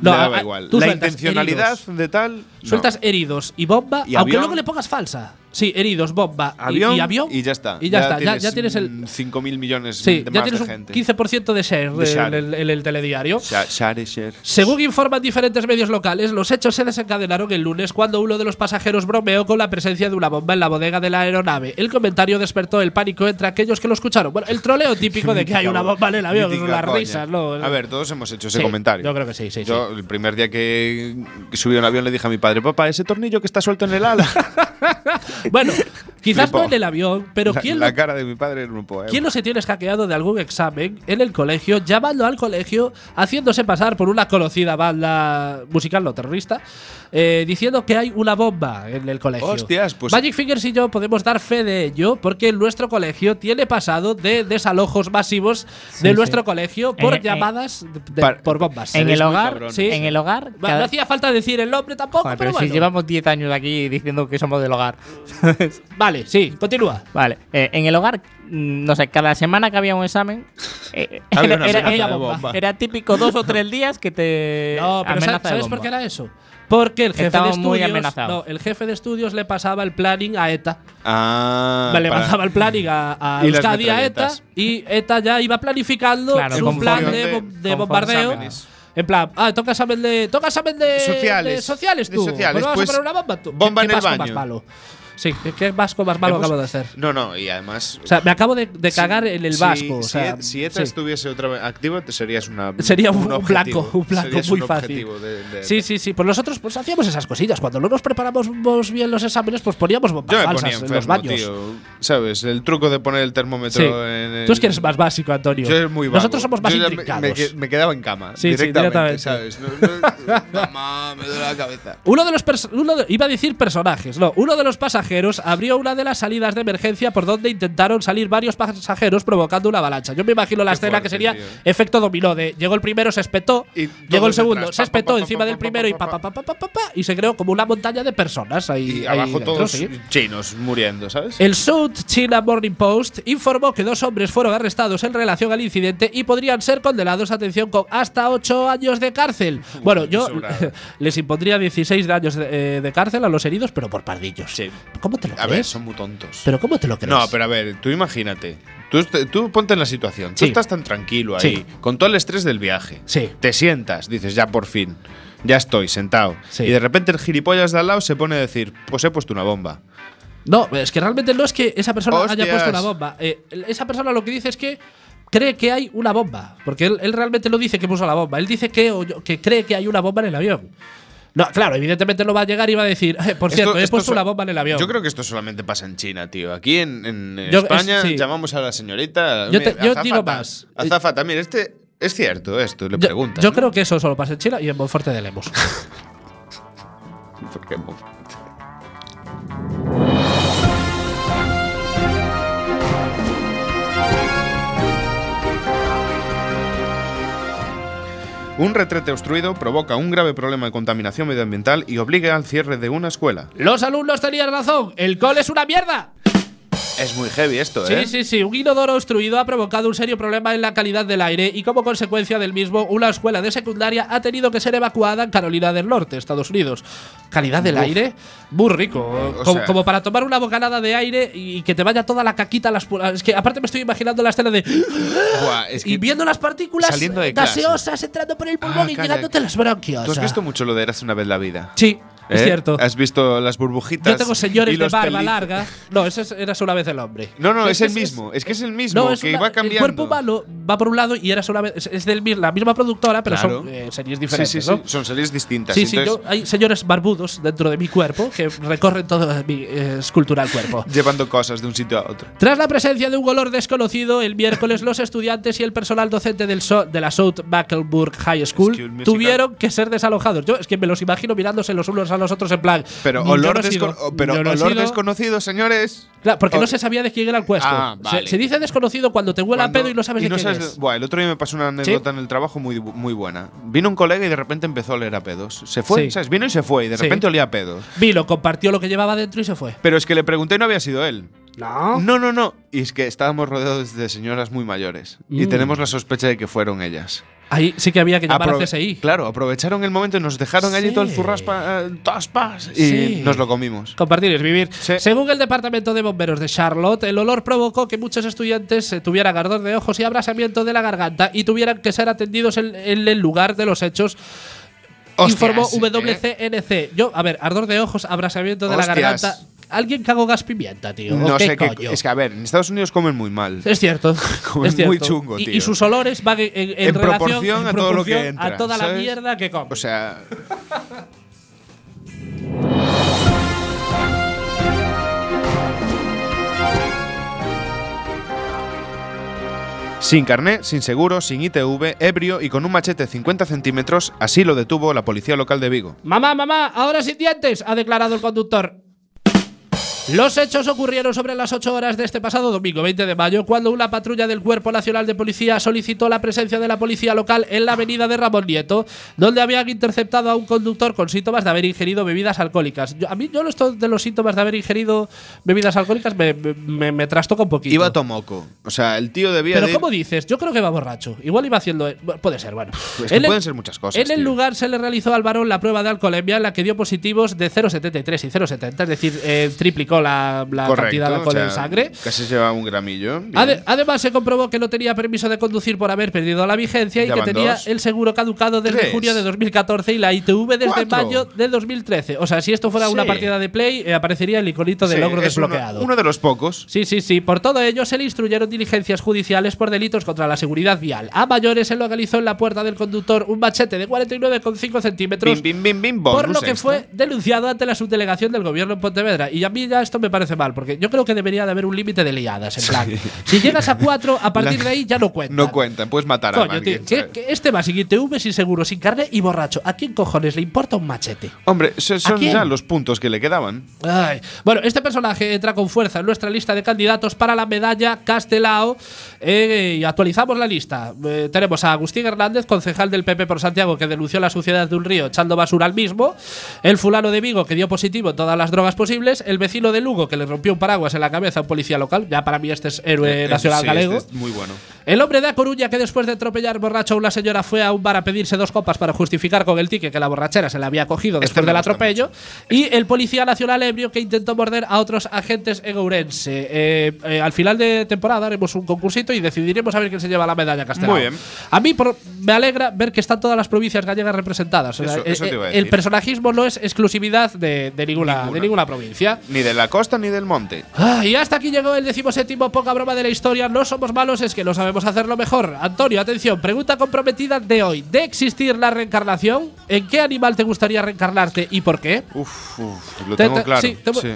Speaker 1: No,
Speaker 2: No,
Speaker 1: le
Speaker 2: a-
Speaker 1: daba
Speaker 2: a-
Speaker 1: igual.
Speaker 2: tú
Speaker 1: La
Speaker 2: sueltas
Speaker 1: intencionalidad
Speaker 2: heridos.
Speaker 1: de tal. no.
Speaker 2: Sueltas heridos y bomba,
Speaker 1: Y
Speaker 2: aunque
Speaker 1: avión.
Speaker 2: luego le pongas falsa. Sí, heridos, bomba y-
Speaker 1: Avión,
Speaker 2: y, avión.
Speaker 1: ya está.
Speaker 2: Y ya, está. Ya- ya tienes el.
Speaker 1: mm, 5.000 millones
Speaker 2: Sí,
Speaker 1: de
Speaker 2: ya
Speaker 1: más
Speaker 2: tienes
Speaker 1: de
Speaker 2: un
Speaker 1: gente.
Speaker 2: 15% de share
Speaker 1: De share.
Speaker 2: en el, en el telediario.
Speaker 1: Sha- share, share.
Speaker 2: Según informan diferentes medios locales, los hechos se desencadenaron el lunes cuando uno de los pasajeros bromeó con la presencia de una bomba en la bodega de la aeronave. El comentario despertó el pánico entre aquellos que lo escucharon. Bueno, el troleo típico de que hay una bomba en el avión,
Speaker 1: Mítica
Speaker 2: son las
Speaker 1: coña.
Speaker 2: risas, ¿no?
Speaker 1: A ver, todos hemos hecho ese
Speaker 2: Sí,
Speaker 1: comentario.
Speaker 2: yo creo que sí, sí,
Speaker 1: Yo, el primer día que subí a un avión, le dije a mi padre, papá, ese tornillo que está suelto en el ala.
Speaker 2: Bueno, Quizás
Speaker 1: Flipo.
Speaker 2: no en el avión, pero
Speaker 1: la,
Speaker 2: ¿quién,
Speaker 1: la
Speaker 2: no,
Speaker 1: cara de mi padre en un poema.
Speaker 2: ¿quién no se tiene escaqueado de algún examen en el colegio, llamando al colegio, haciéndose pasar por una conocida banda musical no terrorista, eh, diciendo que hay una bomba en el colegio?
Speaker 1: Hostias, pues-
Speaker 2: Magic Fingers y yo podemos dar fe de ello porque nuestro colegio tiene pasado de desalojos masivos de
Speaker 3: sí.
Speaker 2: nuestro colegio por
Speaker 3: En- en-
Speaker 2: llamadas de-
Speaker 1: Par-
Speaker 2: por bombas.
Speaker 3: En el
Speaker 1: muy
Speaker 3: hogar,
Speaker 1: cabrón.
Speaker 2: Sí.
Speaker 3: en el hogar.
Speaker 2: Bueno,
Speaker 3: cada-
Speaker 2: No hacía falta decir el nombre tampoco,
Speaker 3: Joder,
Speaker 2: pero,
Speaker 3: pero si
Speaker 2: bueno.
Speaker 3: llevamos 10 años aquí diciendo que somos del hogar.
Speaker 2: Vale, sí, continúa.
Speaker 3: Vale, eh, en el hogar, mm, no sé, cada semana que había un examen, eh,
Speaker 1: Había
Speaker 3: era,
Speaker 1: una
Speaker 3: era-
Speaker 1: amenaza
Speaker 3: era-
Speaker 1: de bomba.
Speaker 3: era típico dos o tres días que te
Speaker 2: No, pero
Speaker 3: Eh, amenaza
Speaker 2: ¿sabes,
Speaker 3: de
Speaker 2: sabes
Speaker 3: bomba.
Speaker 2: por qué era eso? Porque el jefe
Speaker 3: Estaba
Speaker 2: de
Speaker 3: muy
Speaker 2: estudios.
Speaker 3: amenazado.
Speaker 2: no, el jefe de estudios le pasaba el planning a ETA.
Speaker 1: Ah,
Speaker 2: le
Speaker 1: para-
Speaker 2: pasaba el planning a, a
Speaker 1: Y las
Speaker 2: Euskadi a ETA
Speaker 1: metralletas.
Speaker 2: y ETA ya iba planificando
Speaker 3: Claro,
Speaker 2: su
Speaker 3: conforme-
Speaker 2: plan de, bom- de
Speaker 3: conforme
Speaker 2: bombardeo.
Speaker 3: exámenes.
Speaker 2: En plan, ah, toca examen de. Toca examen de.
Speaker 1: Sociales.
Speaker 2: de sociales
Speaker 1: De
Speaker 2: tú.
Speaker 1: sociales,
Speaker 2: Pues vamos
Speaker 1: pues,
Speaker 2: a poner una bomba tú.
Speaker 1: bomba
Speaker 2: ¿Qué,
Speaker 1: en
Speaker 2: qué
Speaker 1: el
Speaker 2: vasco
Speaker 1: baño.
Speaker 2: más malo? Sí, ¿qué, qué vasco más malo
Speaker 1: Hemos-
Speaker 2: acabo de hacer?
Speaker 1: No, no, y además.
Speaker 2: O sea, me acabo de, de cagar en el
Speaker 1: si-
Speaker 2: vasco. o
Speaker 1: si
Speaker 2: sea,
Speaker 1: E- si ETA
Speaker 2: sí.
Speaker 1: estuviese otra vez activo, te serías una.
Speaker 2: Sería un, un
Speaker 1: objetivo.
Speaker 2: blanco, un blanco
Speaker 1: Serías
Speaker 2: muy
Speaker 1: un
Speaker 2: fácil.
Speaker 1: objetivo de- de-
Speaker 2: sí, sí, sí. Pues nosotros pues hacíamos esas cosillas. Cuando no nos preparábamos bien los exámenes, pues poníamos bombas
Speaker 1: Yo me
Speaker 2: falsas
Speaker 1: ponía
Speaker 2: en los
Speaker 1: enfermo,
Speaker 2: baños.
Speaker 1: tío. ¿Sabes? El truco de poner el termómetro
Speaker 2: Sí.
Speaker 1: en el.
Speaker 2: Tú es que eres más básico, Antonio.
Speaker 1: Yo es muy vago.
Speaker 2: Nosotros somos más
Speaker 1: Yo ya me-
Speaker 2: intrincados.
Speaker 1: Me, que- me quedaba en cama.
Speaker 2: Sí, sí,
Speaker 1: directamente,
Speaker 2: directamente.
Speaker 1: ¿sabes? No- no- Mamá, me duele la cabeza.
Speaker 2: Uno de los pers- uno de- iba a decir personajes, no, uno de los pasajeros abrió una de las salidas de emergencia por donde intentaron salir varios pasajeros provocando una avalancha. Yo me imagino la
Speaker 1: Qué
Speaker 2: escena
Speaker 1: fuerte,
Speaker 2: que sería
Speaker 1: tío.
Speaker 2: efecto dominó de llegó el primero, se espetó,
Speaker 1: Y
Speaker 2: llegó el
Speaker 1: todos
Speaker 2: segundo,
Speaker 1: detrás,
Speaker 2: se
Speaker 1: pa, pa,
Speaker 2: espetó
Speaker 1: pa,
Speaker 2: encima
Speaker 1: pa,
Speaker 2: del
Speaker 1: pa,
Speaker 2: primero y
Speaker 1: pa,
Speaker 2: pa
Speaker 1: pa,
Speaker 2: pa pa pa pa, pa, y se creó como una montaña de personas ahí.
Speaker 1: Y
Speaker 2: ahí
Speaker 1: abajo
Speaker 2: dentro,
Speaker 1: todos
Speaker 2: sí. Eh,
Speaker 1: chinos muriendo, ¿sabes?
Speaker 2: El South China Morning Post informó que dos hombres fueron arrestados en relación al incidente y podrían ser condenados, atención, con hasta 8 años de cárcel. Bueno, yo
Speaker 1: sobrado.
Speaker 2: les impondría 16 de años de, eh, de cárcel a los heridos, pero por pardillos.
Speaker 1: Sí.
Speaker 2: ¿Cómo te lo
Speaker 1: A
Speaker 2: crees?
Speaker 1: ver, son muy tontos.
Speaker 2: ¿Pero cómo te lo crees?
Speaker 1: No, pero a ver, tú imagínate. Tú, est- tú ponte en la situación. Tú
Speaker 2: Sí.
Speaker 1: estás tan tranquilo ahí,
Speaker 2: Sí.
Speaker 1: con todo el estrés del viaje.
Speaker 2: Sí.
Speaker 1: Te sientas, dices, ya por fin, ya estoy sentado.
Speaker 2: Sí.
Speaker 1: Y de repente el gilipollas de al lado se pone a decir, pues he puesto una bomba.
Speaker 2: No, es que realmente no es que esa persona haya
Speaker 1: Hostias.
Speaker 2: puesto una bomba. Eh, esa persona lo que dice es que cree que hay una bomba. Porque él, él realmente no dice que puso la bomba. Él dice que, oyó- que cree que hay una bomba en el avión. No, claro, evidentemente no va a llegar y va a decir, "Eh, por
Speaker 1: Esto-
Speaker 2: cierto, he
Speaker 1: esto
Speaker 2: puesto
Speaker 1: so-
Speaker 2: una bomba en el avión.
Speaker 1: Yo creo que esto solamente pasa en China, tío. Aquí en, en, eh,
Speaker 2: Yo- es-
Speaker 1: España
Speaker 2: sí.
Speaker 1: llamamos a la señorita.
Speaker 2: Yo te-
Speaker 1: "Mira,
Speaker 2: yo
Speaker 1: azafata,
Speaker 2: digo más.
Speaker 1: Azafata, mira, este. Es cierto esto, le
Speaker 2: Yo-
Speaker 1: preguntas.
Speaker 2: yo
Speaker 1: ¿no?
Speaker 2: creo que eso solo pasa en China y en Monforte de Lemos.
Speaker 1: ¿Por qué? Un retrete obstruido provoca un grave problema de contaminación medioambiental y obliga al cierre de una escuela.
Speaker 2: Los alumnos tenían razón, el col es una mierda.
Speaker 1: Es muy heavy esto,
Speaker 2: Sí,
Speaker 1: ¿eh?
Speaker 2: sí, sí. Un inodoro obstruido ha provocado un serio problema en la calidad del aire y como consecuencia del mismo, una escuela de secundaria ha tenido que ser evacuada en Carolina del Norte, Estados Unidos. ¿Calidad del aire? Muy rico. como,
Speaker 1: Eh, sea-
Speaker 2: como para tomar una bocanada de aire y que te vaya toda la caquita a las pu- Es que aparte me estoy imaginando la escena de...
Speaker 1: Buah, es que
Speaker 2: y viendo las partículas
Speaker 1: saliendo de clase.
Speaker 2: gaseosas entrando por el pulmón
Speaker 1: Ah,
Speaker 2: y
Speaker 1: calla.
Speaker 2: llegándote a las bronquios.
Speaker 1: Tú has
Speaker 2: Ah.
Speaker 1: visto mucho lo de Eras una vez la vida.
Speaker 2: Sí, es
Speaker 1: ¿Eh?
Speaker 2: cierto.
Speaker 1: Has visto las burbujitas.
Speaker 2: Yo tengo señores
Speaker 1: y
Speaker 2: de
Speaker 1: los
Speaker 2: barba
Speaker 1: peli-
Speaker 2: larga. No, ese es- era solo una vez el hombre.
Speaker 1: No, no, es,
Speaker 2: que
Speaker 1: el mismo. Es, que es el mismo,
Speaker 2: No, es
Speaker 1: que
Speaker 2: una-
Speaker 1: va cambiando.
Speaker 2: El cuerpo humano va por un lado y era solamente. Es, es del, mi- la misma productora, pero son
Speaker 1: Claro.
Speaker 2: eh, series
Speaker 1: Sí,
Speaker 2: diferentes.
Speaker 1: sí, sí.
Speaker 2: ¿no?
Speaker 1: Son series distintas.
Speaker 2: Sí, sí,
Speaker 1: entonces-
Speaker 2: yo- hay señores barbudos dentro de mi cuerpo que recorren toda mi eh, escultura al cuerpo.
Speaker 1: llevando cosas de un sitio a otro.
Speaker 2: Tras la presencia de un olor desconocido, el miércoles los estudiantes y el personal docente del So- de la South Buckleburg High School
Speaker 1: Es que un musical-
Speaker 2: tuvieron que ser desalojados. Yo es que me los imagino mirándose los unos a los otros en plan.
Speaker 1: Pero
Speaker 2: "Yo
Speaker 1: olor,
Speaker 2: no he sido,
Speaker 1: desco- pero
Speaker 2: yo no he
Speaker 1: olor
Speaker 2: sido".
Speaker 1: desconocido, señores.
Speaker 2: Claro, porque no
Speaker 1: Ol-
Speaker 2: se sabía de quién era el puesto.
Speaker 1: Ah,
Speaker 2: Se-
Speaker 1: vale.
Speaker 2: se, dice desconocido cuando te huele a
Speaker 1: Cuando-
Speaker 2: pedo y no sabes de quién es.
Speaker 1: Buah, el otro día me pasó una anécdota en el trabajo muy, bu- muy buena. Vino un colega y de repente empezó a oler a pedos. Se fue,
Speaker 2: Sí.
Speaker 1: ¿sabes? Vino y se fue y de
Speaker 2: Sí.
Speaker 1: repente olía a pedos.
Speaker 2: Vilo compartió lo que llevaba dentro y se fue.
Speaker 1: Pero es que le pregunté y no había sido él.
Speaker 2: No.
Speaker 1: No, no, no. Y es que estábamos rodeados de señoras muy mayores. Y
Speaker 2: Mm.
Speaker 1: tenemos la sospecha de que fueron ellas.
Speaker 2: Ahí sí que había que llamar
Speaker 1: Aprove-
Speaker 2: a CSI.
Speaker 1: Claro, aprovecharon el momento y nos dejaron allí
Speaker 2: Sí.
Speaker 1: todo el zurraspa, eh, taspas, y
Speaker 2: Sí.
Speaker 1: nos lo comimos.
Speaker 2: Compartir es vivir.
Speaker 1: Sí.
Speaker 2: Según el Departamento de Bomberos de Charlotte, el olor provocó que muchos estudiantes eh, tuvieran ardor de ojos y abrasamiento de la garganta y tuvieran que ser atendidos en, en el lugar de los hechos, informó
Speaker 1: Hostias, ¿eh?
Speaker 2: WCNC. Yo, a ver, ardor de ojos, abrasamiento de la
Speaker 1: Hostias.
Speaker 2: garganta. ¿Alguien cagó gas pimienta, tío?
Speaker 1: No
Speaker 2: ¿O qué
Speaker 1: sé qué.
Speaker 2: coño?
Speaker 1: Es que, a ver, en Estados Unidos comen muy mal.
Speaker 2: Es cierto.
Speaker 1: Como
Speaker 2: es
Speaker 1: es muy
Speaker 2: cierto.
Speaker 1: chungo,
Speaker 2: Y- Y,
Speaker 1: tío.
Speaker 2: sus olores van en, en- en
Speaker 1: En
Speaker 2: relación-
Speaker 1: proporción
Speaker 2: en
Speaker 1: a todo lo que
Speaker 2: proporción A
Speaker 1: entra,
Speaker 2: toda la
Speaker 1: ¿sabes?
Speaker 2: mierda que comes.
Speaker 1: O sea, Sin carné, sin seguro, sin ITV, ebrio y con un machete 50 centímetros, así lo detuvo la policía local de Vigo.
Speaker 2: Mamá, mamá, ahora sin dientes, ha declarado el conductor. Los hechos ocurrieron sobre las 8 horas de este pasado domingo 20 de mayo, cuando una patrulla del Cuerpo Nacional de Policía solicitó la presencia de la policía local en la avenida de Ramón Nieto, donde habían interceptado a un conductor con síntomas de haber ingerido bebidas alcohólicas. Yo- a mí, yo lo esto de los síntomas de haber ingerido bebidas alcohólicas me, me, me- me trastoca un poquito.
Speaker 1: Iba tomoco. O sea, el tío debía
Speaker 2: Pero
Speaker 1: de ir-
Speaker 2: ¿cómo dices? Yo creo que va borracho. Igual iba haciendo... bueno, Puede ser, bueno.
Speaker 1: Es Pues que
Speaker 2: En el-
Speaker 1: pueden ser muchas cosas.
Speaker 2: en el
Speaker 1: tío.
Speaker 2: lugar se le realizó al varón la prueba de alcoholemia en la que dio positivos de 0,73 y 0,70, es decir, eh, triplicó la, la
Speaker 1: Correcto,
Speaker 2: cantidad de
Speaker 1: o
Speaker 2: alcohol
Speaker 1: sea,
Speaker 2: en sangre.
Speaker 1: Casi se llevaba un gramillo. bien.
Speaker 2: Ade- además, se comprobó que no tenía permiso de conducir por haber perdido la vigencia y
Speaker 1: Ya
Speaker 2: que
Speaker 1: van
Speaker 2: tenía
Speaker 1: dos.
Speaker 2: el seguro caducado desde
Speaker 1: Tres.
Speaker 2: junio de 2014 y la ITV desde
Speaker 1: Cuatro.
Speaker 2: mayo de 2013. O sea, si esto fuera una
Speaker 1: Sí.
Speaker 2: partida de play, eh, aparecería el iconito de
Speaker 1: Sí,
Speaker 2: logro
Speaker 1: es uno-
Speaker 2: desbloqueado.
Speaker 1: Uno, de los pocos.
Speaker 2: Sí, sí, sí. Por todo ello se le instruyeron diligencias judiciales por delitos contra la seguridad vial. A mayores se localizó en la puerta del conductor un machete de 49,5 centímetros
Speaker 1: Bim, bim, bim, bim,
Speaker 2: por
Speaker 1: bonus
Speaker 2: lo que
Speaker 1: extra.
Speaker 2: fue denunciado ante la subdelegación del gobierno en Pontevedra. Y a mí ya esto me parece mal, porque yo creo que debería de haber un límite de liadas. En plan, si llegas a cuatro, a partir de ahí ya no cuenta.
Speaker 1: No cuentan, puedes matar a
Speaker 2: Coño,
Speaker 1: alguien.
Speaker 2: tío, que-
Speaker 1: ¿sabes?
Speaker 2: que este va sin ITV, sin seguro, sin carne y borracho. ¿A quién cojones le importa un machete?
Speaker 1: Hombre, so- son
Speaker 2: quién?
Speaker 1: ya los puntos que le quedaban.
Speaker 2: Ay. Bueno, este personaje entra con fuerza en nuestra lista de candidatos para la medalla Castelao eh, y actualizamos la lista. Eh, tenemos a Agustín Hernández, concejal del PP por Santiago, que denunció la suciedad de un río echando basura al mismo, el fulano de Vigo, que dio positivo en todas las drogas posibles, el vecino de Lugo, que le rompió un paraguas en la cabeza a un policía local, ya para mí este es héroe
Speaker 1: Eh,
Speaker 2: nacional
Speaker 1: sí,
Speaker 2: galego.
Speaker 1: este es muy bueno.
Speaker 2: El hombre de A Coruña que después de atropellar borracho a una señora fue a un bar a pedirse dos copas para justificar con el ticket que la borrachera se le había cogido
Speaker 1: Este
Speaker 2: después
Speaker 1: me
Speaker 2: del
Speaker 1: gusta
Speaker 2: atropello. Y el policía nacional ebrio que intentó morder a otros agentes en Ourense. Eh, eh, al final de temporada haremos un concursito y decidiremos a ver quién se lleva la medalla Castelao.
Speaker 1: Muy bien.
Speaker 2: A mí por- me alegra ver que están todas las provincias gallegas representadas. O sea,
Speaker 1: Eso-
Speaker 2: eh,
Speaker 1: eso te iba a
Speaker 2: eh, el
Speaker 1: decir.
Speaker 2: personajismo no es exclusividad de, de ninguna,
Speaker 1: Ninguna.
Speaker 2: de ninguna provincia.
Speaker 1: Ni de la costa ni del monte.
Speaker 2: Ah, y hasta aquí llegó el decimoséptimo poca broma de la historia. No somos malos, es que no sabemos hacerlo mejor. Antonio, atención, pregunta comprometida de hoy. ¿De existir la reencarnación? ¿En qué animal te gustaría reencarnarte y por qué?
Speaker 1: Uf, uf, lo
Speaker 2: Te-
Speaker 1: tengo
Speaker 2: te-
Speaker 1: claro.
Speaker 2: sí, te-
Speaker 1: sí.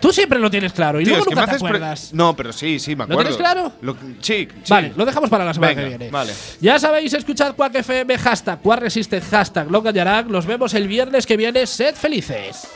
Speaker 2: Tú siempre lo tienes claro y
Speaker 1: Tío,
Speaker 2: luego
Speaker 1: es que me
Speaker 2: nunca te
Speaker 1: haces pre-
Speaker 2: acuerdas.
Speaker 1: No, pero sí, sí, me
Speaker 2: ¿Lo
Speaker 1: acuerdo.
Speaker 2: tienes claro?
Speaker 1: Lo- sí, sí.
Speaker 2: Vale, lo dejamos para la semana
Speaker 1: Venga,
Speaker 2: que viene.
Speaker 1: vale.
Speaker 2: Ya sabéis, escuchad Quack FM, hashtag, Quack Resiste, hashtag, lo callarán. Nos vemos el viernes que viene. Sed felices.